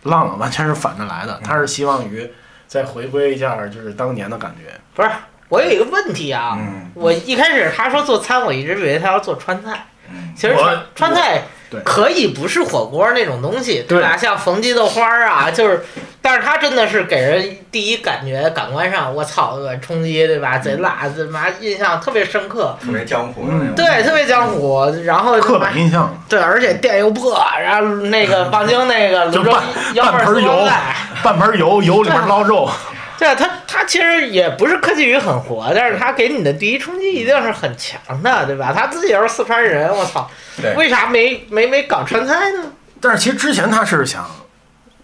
S1: 浪浪完全是反着
S3: 嗯
S1: 来的，他是希望于再回归一下就是当年的感觉。
S2: 不是，我有一个问题啊，
S3: 嗯
S2: 我一开始他说做餐，我一直以为他要做川菜，
S3: 嗯
S2: 其实
S1: 我
S2: 川川菜
S1: 对
S2: 可以不是火锅那种东西，
S1: 对
S2: 吧？像冯记豆花儿啊， 就是，但是它真的是给人第一感觉感官上，我操，呃冲击对吧？
S3: 嗯
S2: 贼辣，这妈印象特别深刻，
S3: 特别江湖的那种，
S2: 嗯对，特别江湖。然后
S1: 刻板印象，
S2: 对，而且店又破，然后 那个望京那个泸
S1: 就
S2: 州
S1: 半
S2: 幺
S1: 半
S2: 二
S1: 盆
S2: 四
S1: 油
S2: 号菜，
S1: 半盆油，油里边捞肉，
S2: 对它它其实也不是科技与狠活，但是它给你的第一冲击一定是很强的，对吧？他自己又是四川人，我操，
S3: 对
S2: 为啥没没没搞川菜呢？
S1: 但是其实之前他是想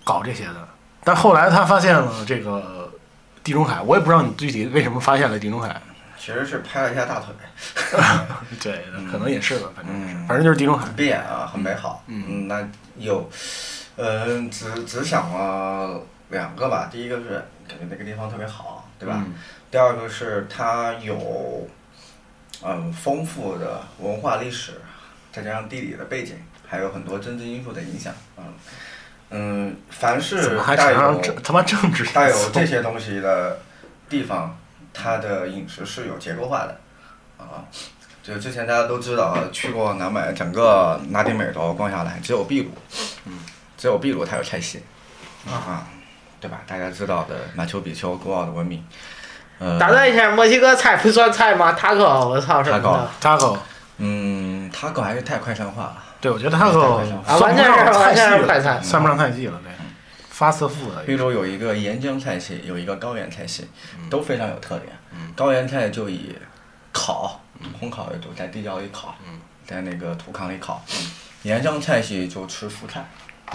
S1: 搞这些的，但后来他发现了这个地中海，我也不知道你具体为什么发现了地中海，
S3: 其实是拍了一下大腿，
S1: 对，可能也是吧，反正也是
S3: 嗯
S1: 反正就是地中海。
S3: 闭眼啊，很美好，嗯，那有，嗯，只只想了两个吧，第一个是感觉那个地方特别好，对吧？
S1: 嗯
S3: 第二个是它有，嗯，丰富的文化历史，再加上地理的背景，还有很多政治因素的影响，嗯嗯，凡
S1: 怎
S3: 是
S1: 么还扯
S3: 带
S1: 上
S3: 有
S1: 这他妈政治因素？
S3: 带有这些东西的地方，它的饮食是有结构化的，啊。就之前大家都知道啊，去过南美整个拉丁美洲逛下来，只有秘鲁，嗯，只有秘鲁它有菜系，啊，对吧？大家知道的马丘比丘古老的文明，呃，
S2: 打断一下，墨西哥菜不算菜吗？taco，我操什么的
S3: Taco
S1: taco，
S3: 嗯，他狗还是太快餐化了。
S1: 对我觉得 taco
S2: 啊，
S1: 算
S2: 完
S1: 不
S2: 全
S1: 上
S2: 是
S1: 菜
S2: 完
S1: 系
S2: 全是
S1: 了，
S2: 快餐。
S1: 算不上菜系了，对，fast food 的
S3: 非洲有一个盐江菜系，有一个高原菜系，都非常有特点。
S1: 嗯
S3: 高原菜就以烤、烘烤为主，在地窖里烤，在那个土炕里烤。盐江菜系就吃蔬菜、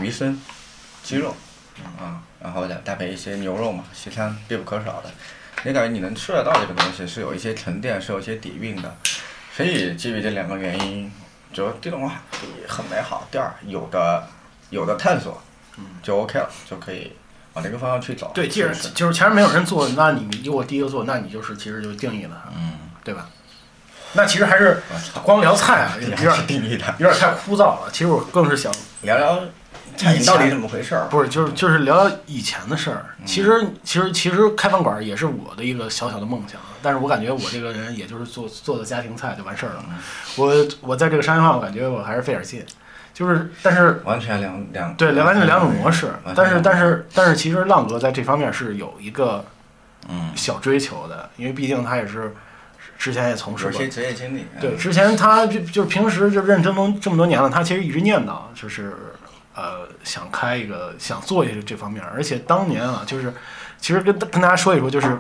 S3: 鱼参、鸡肉，啊，然后再搭配一些牛肉嘛，西餐必不可少的。你感觉你能吃得到这个东西，是有一些沉淀，是有一些底蕴的。所以基于这两个原因，就地动化很美好。第二，有的有的探索，就 OK 了，就可以往这个方向去走。
S1: 嗯对，既然
S3: 是
S1: 就是前面没有人做，那你你我第一个做，那你就是其实就定义了它，
S3: 嗯，
S1: 对吧？那其实还是
S3: 我操，
S1: 光聊菜啊，有
S3: 你
S1: 点
S3: 还是定义的，
S1: 有点太枯燥了。其实我更是想，
S3: 聊聊
S1: 前
S3: 你到底怎么回事儿？
S1: 不是就是就是聊聊以前的事
S3: 嗯
S1: 儿。其实其实其实开饭馆也是我的一个小小的梦想，啊但是我感觉我这个人也就是做做做家庭菜就完事儿了。
S3: 嗯
S1: 我我在这个商业化，我感觉我还是费点劲，就是但是
S3: 完全两两
S1: 对，两完全两种模式
S3: 嗯完全，
S1: 但是
S3: 两种
S1: 但是但是，其实浪哥在这方面是有一个
S3: 嗯
S1: 小追求的，因为毕竟他也是之前也从事
S3: 有
S1: 过
S3: 些，职业经历，啊
S1: 对，之前他就就是平时就认真么这么多年了，他其实一直念叨，就是呃想开一个想做一个这方面，而且当年啊，就是其实跟跟大家说一说，就是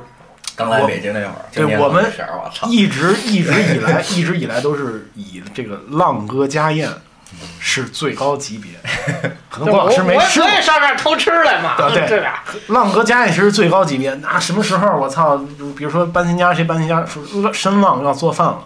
S3: 刚来北京那会儿，
S1: 对
S3: 今年
S1: 我们
S3: 的事儿我操，
S1: 一直一直以来一直以来都是以这个浪哥家宴
S3: 嗯
S1: 是最高级 别，可能
S2: 就
S1: 郭
S2: 我
S1: 老师没
S2: 我
S1: 吃过啊
S2: 我。也上那儿偷吃来嘛，
S1: 对对
S2: 对吧？
S1: 浪哥家也是最高级别，那什么时候我操，比如说搬新家，谁搬新家说呃申浪要做饭了，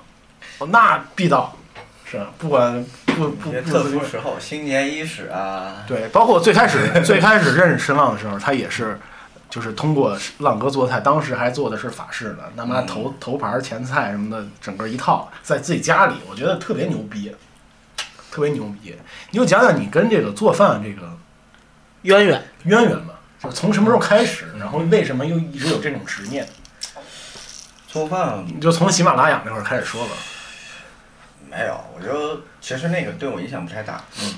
S1: 哦那必到，是吧不管不不
S3: 一些
S1: 不
S3: 特殊
S1: 不
S3: 时候，新年伊始啊，
S1: 对，包括我最开始最开始认识申浪的时候，他也是就是通过浪哥做菜，当时还做的是法式呢，他妈
S3: 嗯
S1: 头头盘儿前菜什么的，整个一套在自己家里，我觉得特别牛逼，特别牛逼。你就讲讲你跟这个做饭这个
S2: 渊源
S1: 渊源吧，就是从什么时候开始，
S3: 嗯
S1: 然后为什么又一直有这种执念？
S3: 做饭
S1: 你就从喜马拉雅那会儿开始说吧。
S3: 没有，我就其实那个对我影响不太大。
S1: 嗯，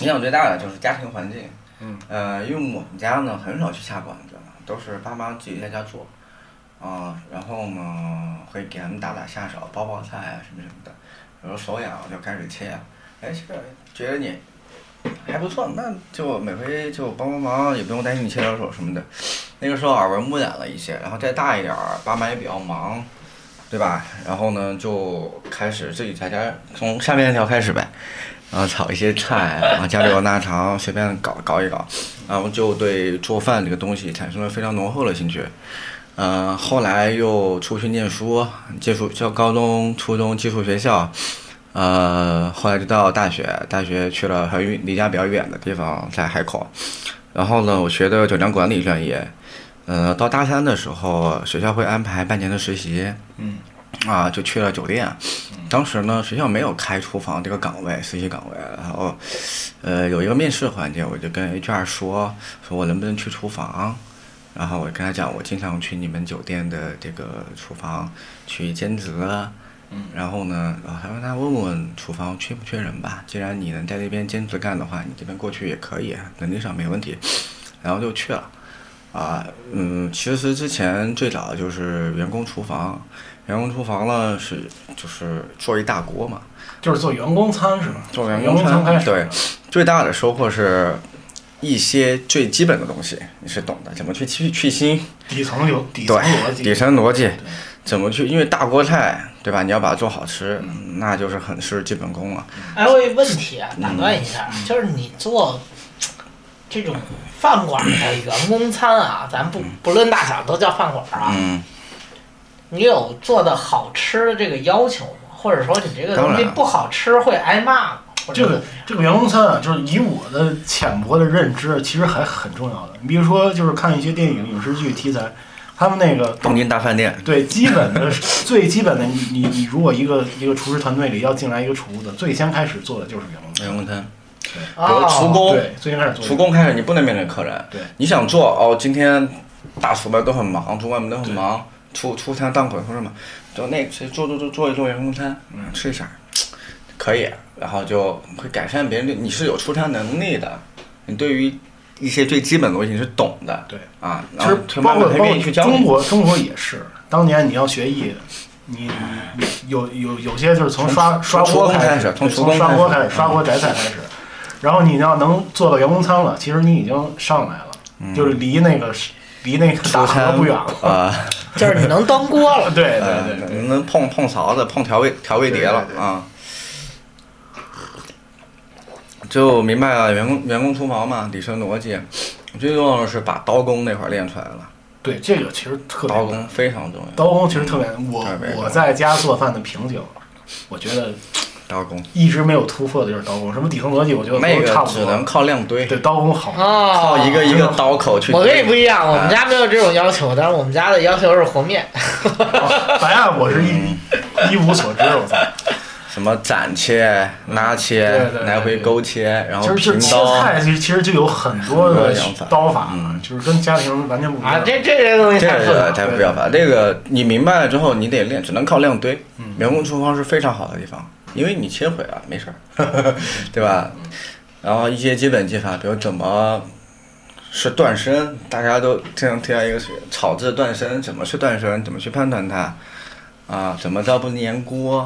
S3: 影响最大的就是家庭环境。
S1: 嗯，
S3: 呃，因为我们家呢很少去下馆子，都是爸妈自己在家做。啊、然后呢会给他们打打下手，包包菜啊什么什么的。有时候手痒我就开始切啊，哎，这个觉得你还不错，那就每回就帮帮忙，也不用担心你切到手什么的。那个时候耳濡目染了一些，然后再大一点儿，爸妈也比较忙，对吧？然后呢，就开始自己在家从下面那条开始呗，然后炒一些菜，然后家里有腊肠，随便搞搞一搞，然后就对做饭这个东西产生了非常浓厚的兴趣。呃，后来又出去念书，接触就高中、初中寄宿学校，呃，后来就到大学，大学去了很远离家比较远的地方，在海口。然后呢，我学的酒店管理专业，呃，到大三的时候，学校会安排半年的实习，
S1: 嗯，
S3: 啊，就去了酒店。当时呢，学校没有开厨房这个岗位，实习岗位，然后，呃，有一个面试环节，我就跟 HR 说，说我能不能去厨房，然后我跟他讲，我经常去你们酒店的这个厨房去兼职，啊
S1: 嗯
S3: 然后呢，然后他说那问问厨房缺不缺人吧，既然你能在那边兼职干的话，你这边过去也可以，啊能力上没问题，然后就去了。啊，嗯，其实之前最早就是员工厨房，员工厨房呢是就是做一大锅嘛，
S1: 就是做员工餐是吧？
S3: 做员
S1: 工
S3: 工餐
S1: 开始。
S3: 对，最大的收获是一些最基本的东西你是懂的，怎么去去去腥，
S1: 底层有底层逻
S3: 对，
S1: 辑。
S3: 底层逻辑，怎么去，因为大锅菜对吧？你要把它做好吃，那就是很吃基本功了。
S2: 哎，我有一问题啊，打断一下，
S3: 嗯
S2: 就是你做这种饭馆的员工餐啊，咱不不论大小都叫饭馆啊，
S3: 嗯，
S2: 你有做的好吃的这个要求吗？或者说你这个东
S3: 当
S2: 西
S3: 然
S2: 不好吃会挨骂吗？或者
S1: 这个这个员工餐啊，就是以我的浅薄的认知，其实还很重要的。你比如说，就是看一些电影、影视剧题材，他们那个
S3: 东京大饭店，
S1: 对基本的 最基本的，你你你如果一个一个厨师团队里要进来一个厨子，最先开始做的就是员工餐。
S3: 员工餐，比如
S2: 哦，
S3: 厨工，
S1: 对，最先开始做
S3: 厨工开始你不能面对客人，
S1: 对
S3: 你想做哦，今天大厨们都很忙，主管们都很忙，出出餐当鬼或者嘛，就那谁做做做做一做员工餐，嗯，吃一下，可以，然后就会改善别人对你是有出餐能力的，你对于一些最基本的东西你是懂的，
S1: 对
S3: 啊，
S1: 其
S3: 然后
S1: 实
S3: 他
S1: 包
S3: 慢
S1: 括
S3: 慢他
S1: 包
S3: 愿意
S1: 括
S3: 去教你
S1: 中国中国也是，当年你要学艺，你你有有有些就是从刷
S3: 从
S1: 刷
S3: 从厨
S1: 锅
S3: 工开
S1: 开
S3: 始
S1: 始，
S3: 从
S1: 对
S3: 厨
S1: 从
S3: 工
S1: 刷
S3: 开
S1: 锅
S3: 始嗯
S1: 开始，刷锅摘菜开始，然后你要能做到员工舱了，其实你已经上来了，就是离那个离那个
S3: 嗯出
S1: 打
S3: 餐
S1: 河不远了。
S3: 啊，
S2: 就是你能当锅了。
S1: 对
S3: 呃
S1: 对对对，
S3: 能碰碰勺子，碰调味调味碟了
S1: 对对对
S3: 啊。就明白了，员工员工厨房嘛，底层逻辑，最重要的是把刀工那块儿练出来了，
S1: 对这个其实特别
S3: 刀工非常重要，
S1: 刀工其实特别，我
S3: 特别难
S1: 我在家做饭的瓶颈，我觉得
S3: 刀工
S1: 一直没有突破的就是刀工，什么底层逻辑，我觉得
S3: 那
S1: 都差
S3: 个
S1: 不
S3: 只
S1: 多。
S3: 能靠量堆，
S1: 对刀工好，
S2: 哦，
S3: 靠一个一啊个刀口去。
S2: 我跟你不一样，我们家没有这种要求，但是我们家的要求是和面。
S3: 嗯
S1: 哦白案我是一一无所知，我操！
S3: 什么斩切、拉切
S1: 对对对、对
S3: 来回勾切，然
S1: 其
S3: 后
S1: 实就是
S3: 平
S1: 切
S3: 刀，
S1: 菜，其实其实就有很多的刀法啊
S3: 嗯，
S1: 就是跟家庭完全不一
S2: 啊，
S1: 样。
S2: 这这些东西
S3: 这
S2: 太复杂。
S3: 个才不要烦。这个你明白了之后，你得练，只能靠量堆。
S1: 嗯
S3: 员工厨房是非常好的地方，因为你切毁了没事儿， 对吧？然后一些基本技法，比如怎么是断身，大家都经常提到一个是炒制断身，怎么是断身，怎么去判断它。啊，怎么着不粘锅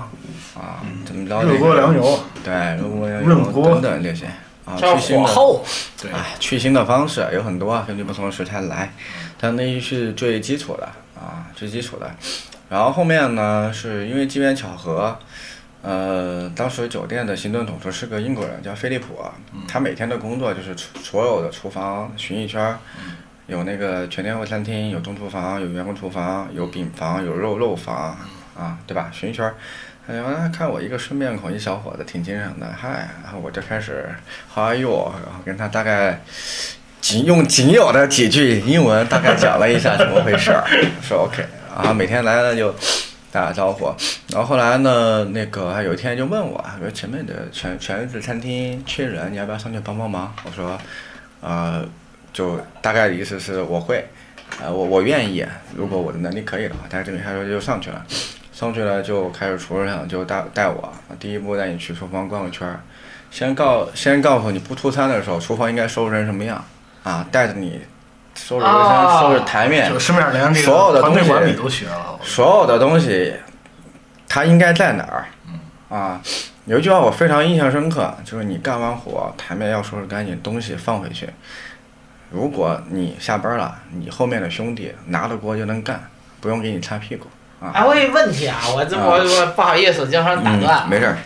S3: 啊？怎么着、这个？
S1: 嗯热锅凉油，
S3: 对，如果要有
S1: 润锅
S3: 等等这些啊，
S2: 这
S3: 去
S2: 是
S3: 腥
S2: 火
S3: 的
S2: 候，
S1: 对
S3: 啊，去腥的方式有很多，啊根据不同的食材来，但那是最基础的啊，最基础的。然后后面呢，是因为机缘巧合，呃，当时酒店的行政统筹是个英国人，叫菲利普，啊他每天的工作就是厨所有的厨房巡一圈儿，有那个全天候餐厅，有中厨房，有员工厨房，有饼房，有肉肉房，啊，对吧？巡一圈儿。哎呀，看我一个顺面孔，一小伙子挺精神的，嗨，然后我就开始 How are you？然后跟他大概仅用仅有的几句英文大概讲了一下怎么回事儿，说 OK，然后每天来了就打打招呼，然后后来呢，那个还有一天就问我，说前面的全全日制餐厅缺人，你要不要上去帮帮忙？我说，呃，就大概的意思是我会，呃，我我愿意，如果我的能力可以的话，但是这个他说就上去了。上去了就开始厨师长就带带我，第一步带你去厨房逛个圈儿，先告先告诉你不出餐的时候，厨房应该收拾成什么样啊，带着你收拾卫生、
S2: 哦
S3: 收拾台面
S1: 就，顺便连这
S3: 所
S1: 个
S3: 有的东
S1: 团
S3: 西
S1: 队管理都学了。
S3: 所有的东西它应该在哪儿
S1: 嗯
S3: 啊？有一句话我非常印象深刻，就是你干完活，台面要收拾干净，东西放回去。如果你下班了，你后面的兄弟拿着锅就能干，不用给你擦屁股
S2: 哎，
S3: 啊。
S2: 我有一问题啊，我这我我不好意思，经常打断
S3: 嗯，。没事儿。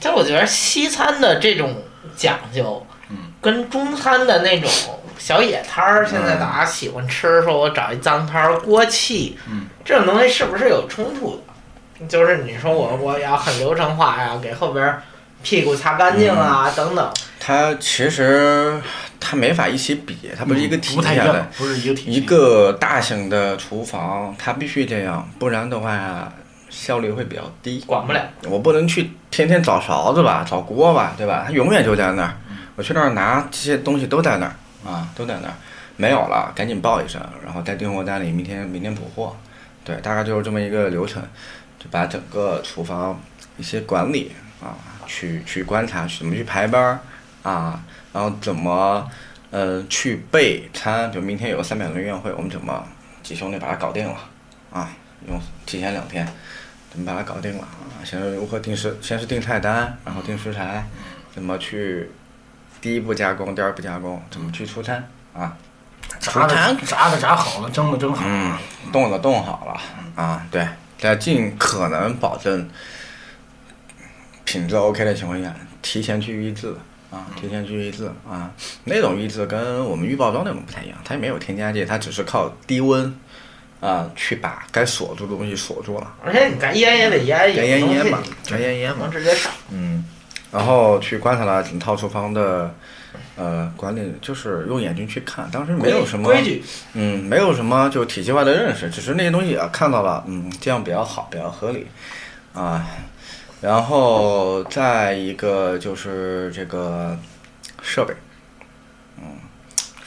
S2: 但我觉得西餐的这种讲究，
S3: 嗯
S2: 跟中餐的那种小野摊儿，现
S3: 嗯
S2: 在大家喜欢吃，说我找一脏摊儿锅气，
S1: 嗯
S2: 这种东西是不是有冲突的？就是你说
S3: 嗯
S2: 我我要很流程化呀，给后边儿屁股擦干净啊，
S3: 嗯
S2: 等等。
S3: 它其实它没法一起比，它不是一个体
S1: 嗯不太
S3: 系
S1: 一
S3: 下
S1: 样
S3: 来。，
S1: 不是一个体系。
S3: 一个大型的厨房，它必须这样，不然的话效率会比较低。
S2: 管不了。
S3: 我不能去天天找勺子吧，找锅吧，对吧？它永远就在那儿，我去那儿拿这些东西都在那儿啊，都在那儿，没有了赶紧报一声，然后在订货单里明天明天补货。对，大概就是这么一个流程，就把整个厨房一些管理啊，去去观察，去怎么去排班儿啊，然后怎么呃去备餐，比如明天有个三百人宴会，我们怎么几兄弟把它搞定了啊，用提前两天怎么把它搞定了啊，先是如何定食，先是定菜单，然后定食材，怎么去第一步加工，第二步加工，怎么去出餐啊，
S1: 炸的炸的炸好了，蒸的蒸好了。
S3: 嗯，冻的冻好了啊，对，在尽可能保证品质 OK 的情况下，提前去预制啊，提前去预制啊，那种预制跟我们预包装那种不太一样，它也没有添加剂，它只是靠低温啊去把该锁住的东西锁住了，
S2: 而且你该腌哎也得腌，
S3: 该腌腌嘛，该
S2: 腌
S3: 腌腌嘛
S2: 能，直接上。
S3: 嗯，然后去观察了整套厨房的呃管理，就是用眼睛去看，当时没有什么
S2: 规矩，
S3: 嗯，没有什么就体系外的认识，只是那些东西啊看到了，嗯，这样比较好，比较合理，啊，然后再一个就是这个设备，嗯，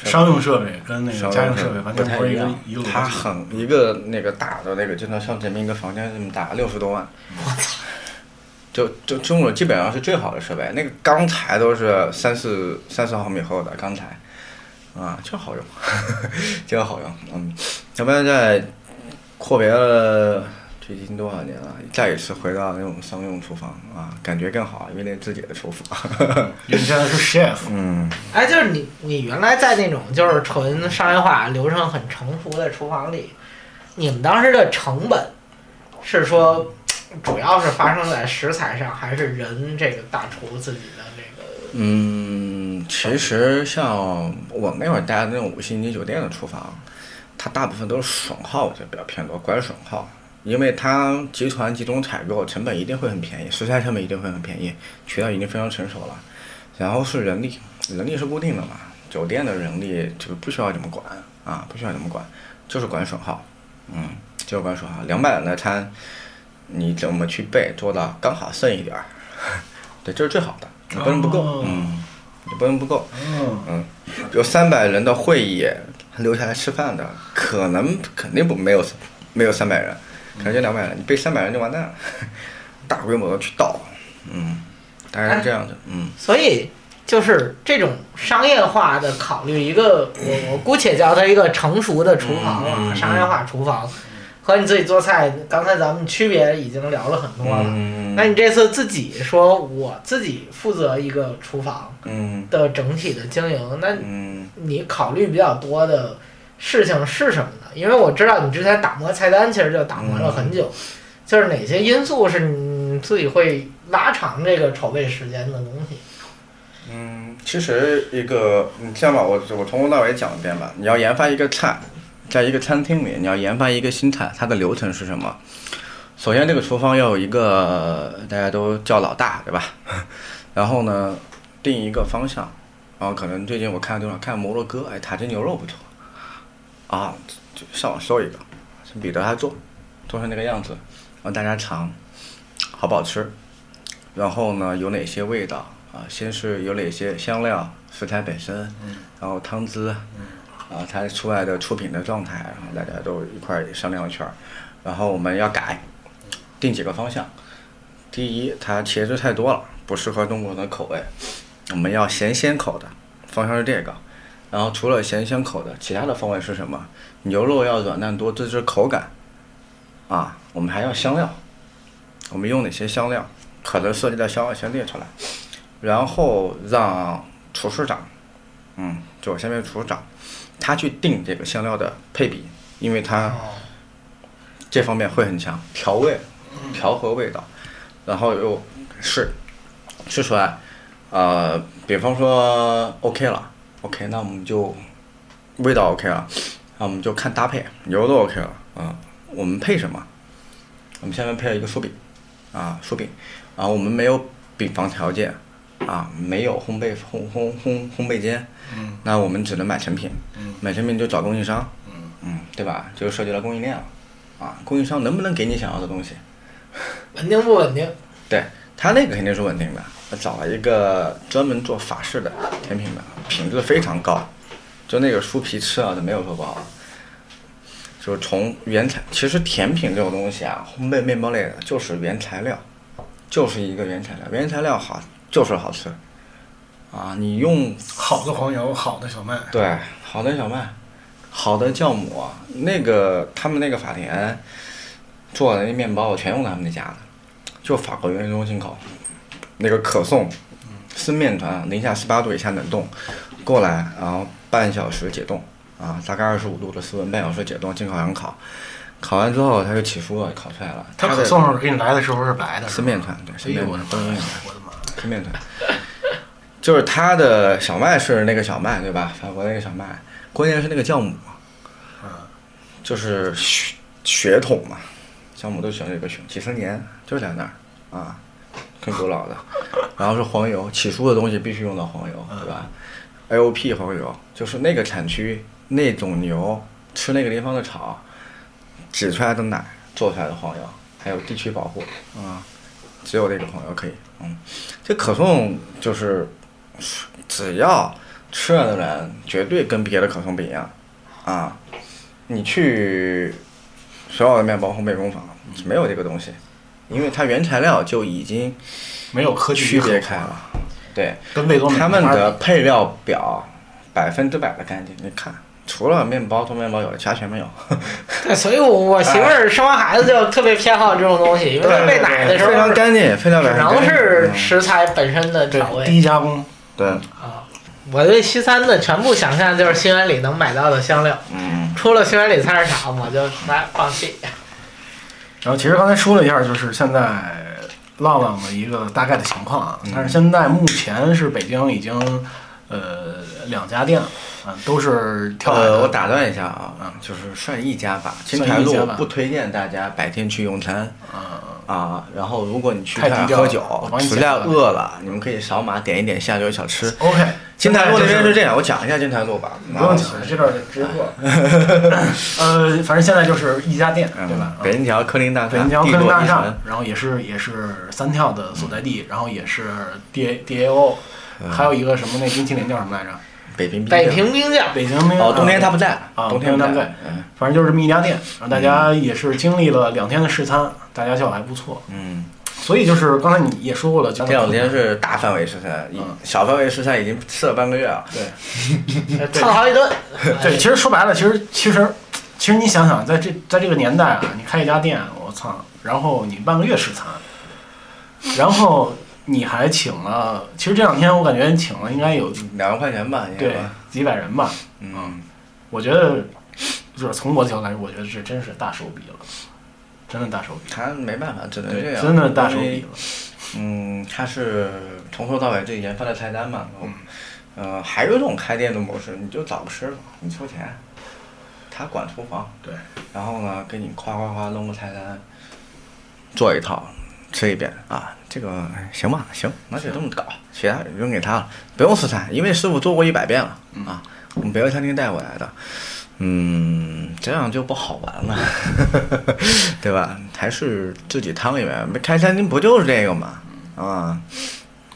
S1: 商用设备跟那个
S3: 商用
S1: 家用
S3: 设
S1: 设
S3: 备
S1: 备完
S3: 不
S1: 全
S3: 太
S1: 不是
S3: 一
S1: 一个
S3: 样
S1: 一个
S3: 它
S1: 逻辑。
S3: 很一个那个大的那个，就能像这么一个房间这么大，六十多万。
S2: 我操，
S3: 就就这种基本上是最好的设备，那个钢材都是三四三十毫米厚的钢材，啊，就好用， 这个好用，嗯，要不然在阔别了最近多少年了，再一次回到那种商用厨房啊，感觉更好，因为那是自己的厨房，
S1: 人家是 chef，
S3: 嗯，
S2: 哎，就是你你原来在那种就是纯商业化、流程很成熟的厨房里，你们当时的成本是说主要是发生在食材上，还是人这个大厨自己的这个？
S3: 嗯，其实像我们那会儿待的那种五星级酒店的厨房，它大部分都是损耗，就比较偏多，关于损耗，因为它集团集中采购，成本一定会很便宜，食材成本一定会很便宜，渠道已经非常成熟了。然后是人力，人力是固定的嘛，酒店的人力就不需要怎么管啊，不需要怎么管，就是管损耗，嗯，就是管损耗。两百人的餐，你怎么去备做到刚好剩一点儿？对，这是最好的，你不能不够，
S1: 哦
S3: 嗯，你不能不够。
S1: 嗯，
S3: 嗯，有三百人的会议留下来吃饭的，可能肯定不没有没有三百人，可能就两百人，你被三百人就完蛋了， 大规模的去倒，嗯，大概是这样的，嗯，
S2: 所以就是这种商业化的考虑，一个我我姑且叫它一个成熟的厨房啊，
S3: 嗯嗯嗯
S2: 商业化厨房，和你自己做菜，刚才咱们区别已经聊了很多了。
S3: 嗯
S2: 那你这次自己说我自己负责一个厨房
S3: 嗯
S2: 的整体的经营，那
S3: 嗯
S2: 你考虑比较多的事情是什么呢？因为我知道你之前打磨菜单，其实就打磨了很久，
S3: 嗯
S2: 就是哪些因素是你自己会拉长这个筹备时间的东西。
S3: 嗯，其实一个你这样吧，我我从头到尾讲一遍吧，你要研发一个菜，在一个餐厅里，你要研发一个新菜，它的流程是什么？首先，这个厨房要有一个呃大家都叫老大，对吧？ 然后呢，定一个方向。然后可能最近我看地方看摩洛哥，哎，塔吉牛肉不错，啊，就上网搜一个，是彼得他做，做成那个样子，然后大家尝，好不好吃？然后呢，有哪些味道啊？先是有哪些香料、食材本身，然后汤汁，啊，它出来的出品的状态，然后大家都一块儿商量一圈儿，然后我们要改，定几个方向。第一，它茄子太多了，不适合中国人的口味，我们要咸鲜口的，方向是这个。然后除了咸鲜口的，其他的风味是什么？牛肉要软烂多汁汁口感，啊，我们还要香料，我们用哪些香料？可能涉及到香料先列出来，然后让厨师长，嗯，就我下面厨师长，他去定这个香料的配比，因为他这方面会很强，调味、调和味道，然后又试试出来，呃，比方说 OK 了，OK，那我们就味道 OK 了，那我们就看搭配，牛肉 OK 了，啊，我们配什么？我们下面配了一个酥饼，啊，酥饼，啊，我们没有饼房条件，啊，没有烘焙烘烘烘烘焙间，
S1: 嗯，
S3: 那我们只能买成品，
S1: 嗯，
S3: 买成品就找供应商，
S1: 嗯，
S3: 嗯，对吧？就涉及到供应链了，啊，供应商能不能给你想要的东西？
S2: 稳定不稳定？
S3: 对他那个肯定是稳定的，我找了一个专门做法式的甜品的，品质非常高，就那个酥皮吃啊，就没有说不好。就是从原材，其实甜品这种东西啊，烘焙面包类的，就是原材料，就是一个原材料，原材料好就是好吃，啊，你用
S1: 好的黄油，好的小麦，
S3: 对，好的小麦，好的酵母啊，那个他们那个法田做的那面包，我全用他们那家的，就法国原中进口，那个可颂是面团，零下十八度以下冷冻，过来然后半小时解冻啊，大概二十五度的室温，半小时解冻进烤箱烤，烤完之后它就起酥了，烤出来了。
S1: 他
S3: 它
S1: 可
S3: 的
S1: 送上给你来的时候是白的，
S3: 是面嗯团，对，是
S1: 哎
S3: 面
S1: 呦我
S3: 团
S1: 的，妈
S3: 不是面
S1: 呀
S3: 团。！
S1: 我的妈呀！
S3: 吃面团，就是它的小麦是那个小麦对吧？法国那个小麦，关键是那个酵母，就是血血统嘛，酵母都喜欢这个血，几十年就在那儿啊，挺古老的。然后是黄油，起酥的东西必须用到黄油，对吧？LP 黄油就是那个产区那种牛吃那个地方的草挤出来的奶做出来的黄油，还有地区保护啊、只有这个黄油可以。嗯，这可颂就是只要吃了的人绝对跟别的烤松饼一样，啊，你去所有的面包烘焙工坊没有这个东西，因为它原材料就已经
S1: 没有科技
S3: 区别开
S1: 了，
S3: 了，对，
S1: 跟味多美
S3: 他们
S1: 没法
S3: 的
S1: 比
S3: 配料表百分之百的干净，你看，除了面包做面包有，其他全没有。
S2: 对，所以我我媳妇儿生完孩子就特别偏好这种东西，因为她喂奶的时候
S3: 非常
S2: 只
S3: 干净，非常干净，
S2: 能是
S3: 嗯
S2: 食材本身的调
S1: 对
S2: 味
S1: 低加工，
S3: 对，
S2: 啊。我对西餐的全部想象就是新源里能买到的香料，
S3: 嗯，
S2: 出了新源里菜市场我就来放弃。
S1: 然后其实刚才说了一下，就是现在浪浪的一个大概的情况啊
S3: 嗯，
S1: 但是现在目前是北京已经呃两家店了，啊、都是跳海
S3: 呃，我
S1: 的。
S3: 打断一下啊，
S1: 嗯
S3: 就是算一家吧，金
S1: 算
S3: 台
S1: 一
S3: 路
S1: 家吧
S3: 不推荐大家白天去用餐
S1: 嗯
S3: 啊。然后如果你去
S1: 太
S3: 那儿
S1: 低调
S3: 喝
S1: 了
S3: 酒
S1: 我帮，你
S3: 实
S1: 剪
S3: 在
S1: 了
S3: 饿了，你们可以扫码点一点下酒小吃。
S1: ，OK，
S3: 金台路
S1: 现
S3: 那
S1: 在
S3: 边
S1: 就是
S3: 这样，我讲一下金台路吧。啊
S1: 不用讲了，这段儿直播。呃，反正现在就是一家店，对吧啊
S3: 嗯，？北京桥科林大厦，
S1: 北京桥科林
S3: 地落
S1: 大
S3: 一
S1: 厦
S3: 层，
S1: 然后也是也是三跳的所在地，然后也是 D A D A O，
S3: 嗯
S1: 还有一个什么那冰淇淋叫什么来着？
S3: 北平冰
S2: 北
S3: 店
S2: 平冰酱，
S1: 北京
S3: 哦，冬天他不在，
S1: 啊
S3: 冬天
S1: 冬天他不
S3: 在
S1: 在，
S3: 嗯
S1: 反正就是这么一家店，然后大家也是经历了两天的试餐，大家效果还不错。
S3: 嗯。
S1: 所以就是刚才你也说过了，就
S3: 这两天是大范围失散，已
S1: 嗯
S3: 小范围失散已经吃了半个月啊了。
S1: 对
S2: 蹭好几顿。
S1: 对，其实说白了，其实其实其实你想想，在这在这个年代啊，你开一家店，我操，然后你半个月试餐，然后你还请了，其实这两天我感觉你请了应该有
S3: 两万块钱吧，应该
S1: 对
S3: 吧
S1: 几百人吧，
S3: 嗯，
S1: 我觉得就是从我的角度来说，我觉得这真是大手笔了，真的大手笔，
S3: 他没办法，只能这
S1: 对，
S3: 样。
S1: 真的大手
S3: 因为
S1: 笔了。
S3: 嗯，他是从头到尾自己研发的菜单嘛。嗯，呃，还有一种开店的模式，你就找个师傅，你收钱，他管厨房，
S1: 对，
S3: 然后呢，给你夸夸夸弄个菜单，做一套，吃一遍啊，这个行吧，行，那就这么搞，其他扔给他了，不用试菜，因为师傅做过一百遍了啊，我们别的餐厅带过来的。嗯，这样就不好玩了， 对吧？还是自己汤里面，开餐厅不就是这个嘛？啊，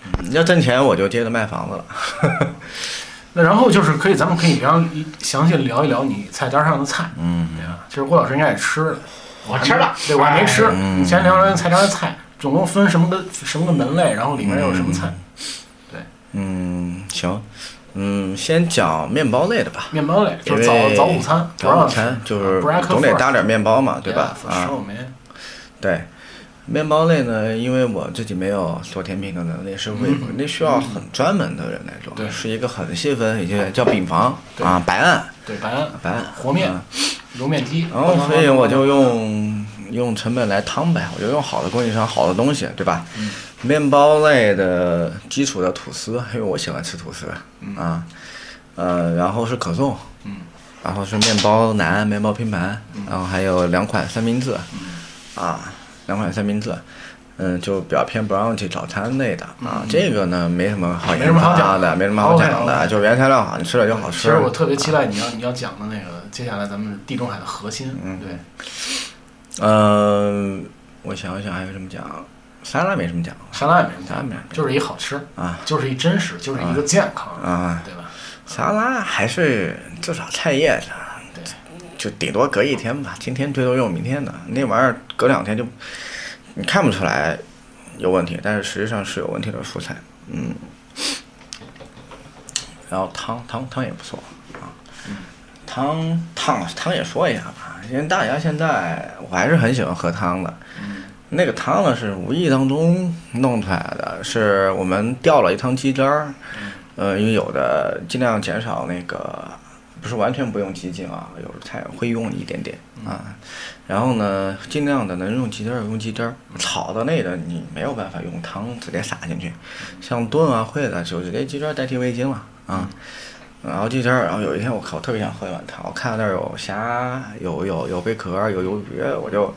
S3: 嗯要挣钱我就接着卖房子了。
S1: 那然后就是可以，咱们可以聊一详细聊一聊你菜单上的菜，
S3: 嗯，
S1: 对吧？其实郭老师应该也吃了，
S2: 我吃了
S1: 对我还没吃。
S3: 嗯
S1: 你先聊聊菜单的菜，总共分什么个什么个门类，然后里面有什么菜？
S3: 嗯，行，嗯，先讲面包类的吧。
S1: 面包类
S3: 因
S1: 就
S3: 为
S1: 是早早啊午餐，
S3: 早午餐就是
S1: brunch
S3: 总得搭点面包嘛，对吧？
S1: 啊，
S3: 啊，
S1: 寿眉
S3: 对，面包类呢，因为我自己没有做甜品的能力，是会那需要很专门的人来做，
S1: 嗯对
S3: 是一个很细分，也就叫饼房
S1: 对
S3: 啊，白案，
S1: 对白案
S3: 白案
S1: 和面
S3: 嗯
S1: 揉面机，
S3: 然后所以我就用用成本来摊呗，我就用好的供应商，好的东西，对吧？
S1: 嗯
S3: 面包类的基础的吐司，因为我喜欢吃吐司啊，呃，然后是可颂，
S1: 嗯，
S3: 然后是面包男、面包拼盘，然后还有两款三明治，
S1: 嗯
S3: 啊，两款三明治。嗯，就比较偏 brunch 早餐类的啊，这个呢没什么好
S1: 嗯没什么好
S3: 研发
S1: 讲
S3: 的，
S1: 的
S3: 没什么好讲的，
S1: OK，OK
S3: 就原材料好，你吃了就好吃。
S1: 其实我特别期待你要你要讲的那个，接下来咱们地中海的核心，对，
S3: 嗯，我想想还有什么讲？沙拉没什么讲
S1: 沙拉也没什么
S3: 沙拉没什么
S1: 讲，就是一好吃，
S3: 啊
S1: 就是一真实，就是一个健康，
S3: 啊，
S1: 对吧？
S3: 沙拉还是至少菜叶子，
S1: 对，
S3: 就顶多隔一天吧，今天最多用明天的，那玩意儿隔两天就你看不出来有问题，但是实际上是有问题的蔬菜，嗯。然后汤汤汤也不错啊，汤汤汤也说一下吧，因为大家现在我还是很喜欢喝汤的，那个汤呢是无意当中弄出来的，是我们吊了一汤鸡汁儿，呃，因为有的尽量减少那个，不是完全不用鸡精啊，有的菜会用一点点
S1: 嗯
S3: 啊，然后呢，尽量的能用鸡汁儿用鸡汁儿，炒的那个你没有办法用汤直接撒进去，像炖啊烩的就直接鸡汁儿代替味精了啊。
S1: 嗯
S3: 然后鸡汁儿，然后有一天我靠，我特别想喝一碗汤，我看到那儿有虾，有有有贝壳，有鱿鱼，我就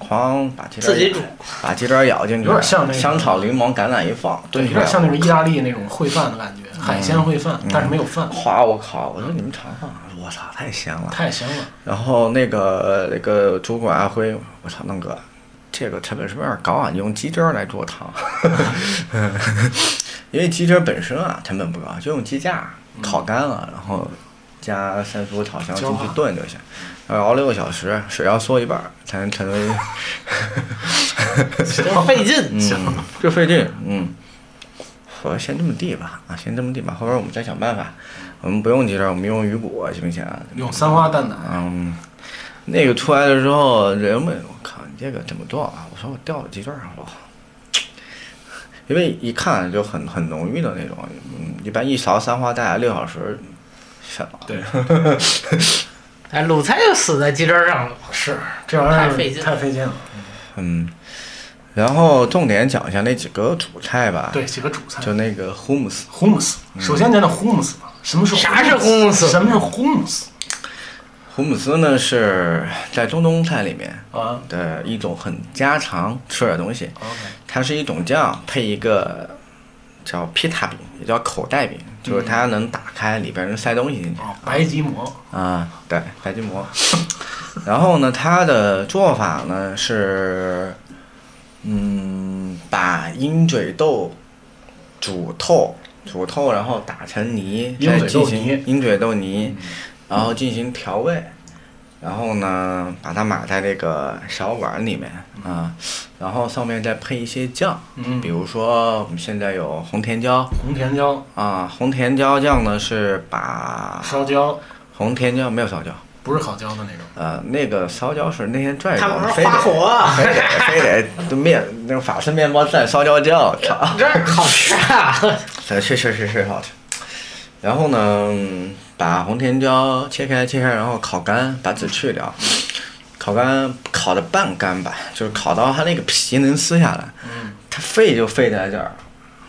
S3: 哐把鸡汁儿
S2: 自己煮
S3: 把鸡汁儿舀进去，
S1: 有点像那个
S3: 香草、柠檬、橄榄一放，
S1: 对，
S3: 炖
S1: 有
S3: 出来
S1: 点像那个
S3: 我
S1: 意大利那种烩饭的感觉，海鲜
S3: 嗯
S1: 烩饭，但是没有饭，
S3: 哗！我靠！我说你们尝尝，我操，太香了！
S1: 太香了。
S3: 然后那个那个主管阿辉，我操，弄哥，这个成本是不是有点高啊？你用鸡汁儿来 做汤，因为鸡汁儿本身啊成本不高，就用鸡架烤干了，然后加三苏炒香进
S1: 焦
S3: 去
S1: 化
S3: 炖就行，然后熬六个小时，水要缩一半儿才能嗯才能，
S2: 挺哎费劲。
S3: 嗯，就费劲，嗯。说先这么地吧，啊，先这么地吧，后边我们再想办法。我们不用急着，我们用鱼骨行不行啊？
S1: 用三花淡奶，
S3: 嗯，那个出来的时候，人问我靠，你这个怎么做啊？我说我掉了几卷上了，因为一看就很很浓郁的那种，嗯，一般一勺三花大概六小时上了。
S1: 对，
S2: 哎，鲁菜又死在鸡汁儿上了。
S1: 是这玩意儿
S2: 太费劲
S1: 太费劲了。
S3: 嗯，然后重点讲一下那几个主菜吧。
S1: 对，，几个主菜
S3: 就嗯那个 hummus，
S1: hummus，首先讲讲 hummus 吧，什么是
S2: 啥是 hummus？
S1: 什么是 hummus
S3: 胡姆斯呢是在中东菜里面
S1: 啊
S3: 的一种很家常吃的东西。
S1: ？OK，
S3: 它是一种酱配一个叫披萨饼，也叫口袋饼，就是它能打开，里边能塞东西进去
S1: 哦，白吉馍，
S3: 啊。对，白吉馍。 然后呢，它的做法呢是，嗯，把鹰嘴豆煮透，煮透然后打成泥，
S1: 鹰
S3: 再
S1: 嘴
S3: 进
S1: 豆
S3: 行
S1: 泥
S3: 鹰嘴豆泥，嗯然后进行调味。然后呢，把它码在这个小碗里面啊，然后上面再配一些酱，
S1: 嗯
S3: 比如说我们现在有红甜椒
S1: 红甜椒、
S3: 啊，红甜椒酱呢是把
S1: 烧椒，
S3: 红甜椒没有烧椒，
S1: 不是烤椒的那种。
S3: 呃，那个烧椒是那天拽
S2: 他
S3: 过
S2: 们
S3: 来，
S2: 说
S3: 非得
S2: 花火，啊
S3: 非得非得面那个法式面包蘸烧椒酱，操！
S2: 这儿好吃啊！
S3: 呃，是是是是好吃。然后呢，嗯把红甜椒切开切开，然后烤干，把籽去掉，烤干烤的半干吧，就是烤到它那个皮能撕下来。
S1: 嗯，
S3: 它废就废在这儿，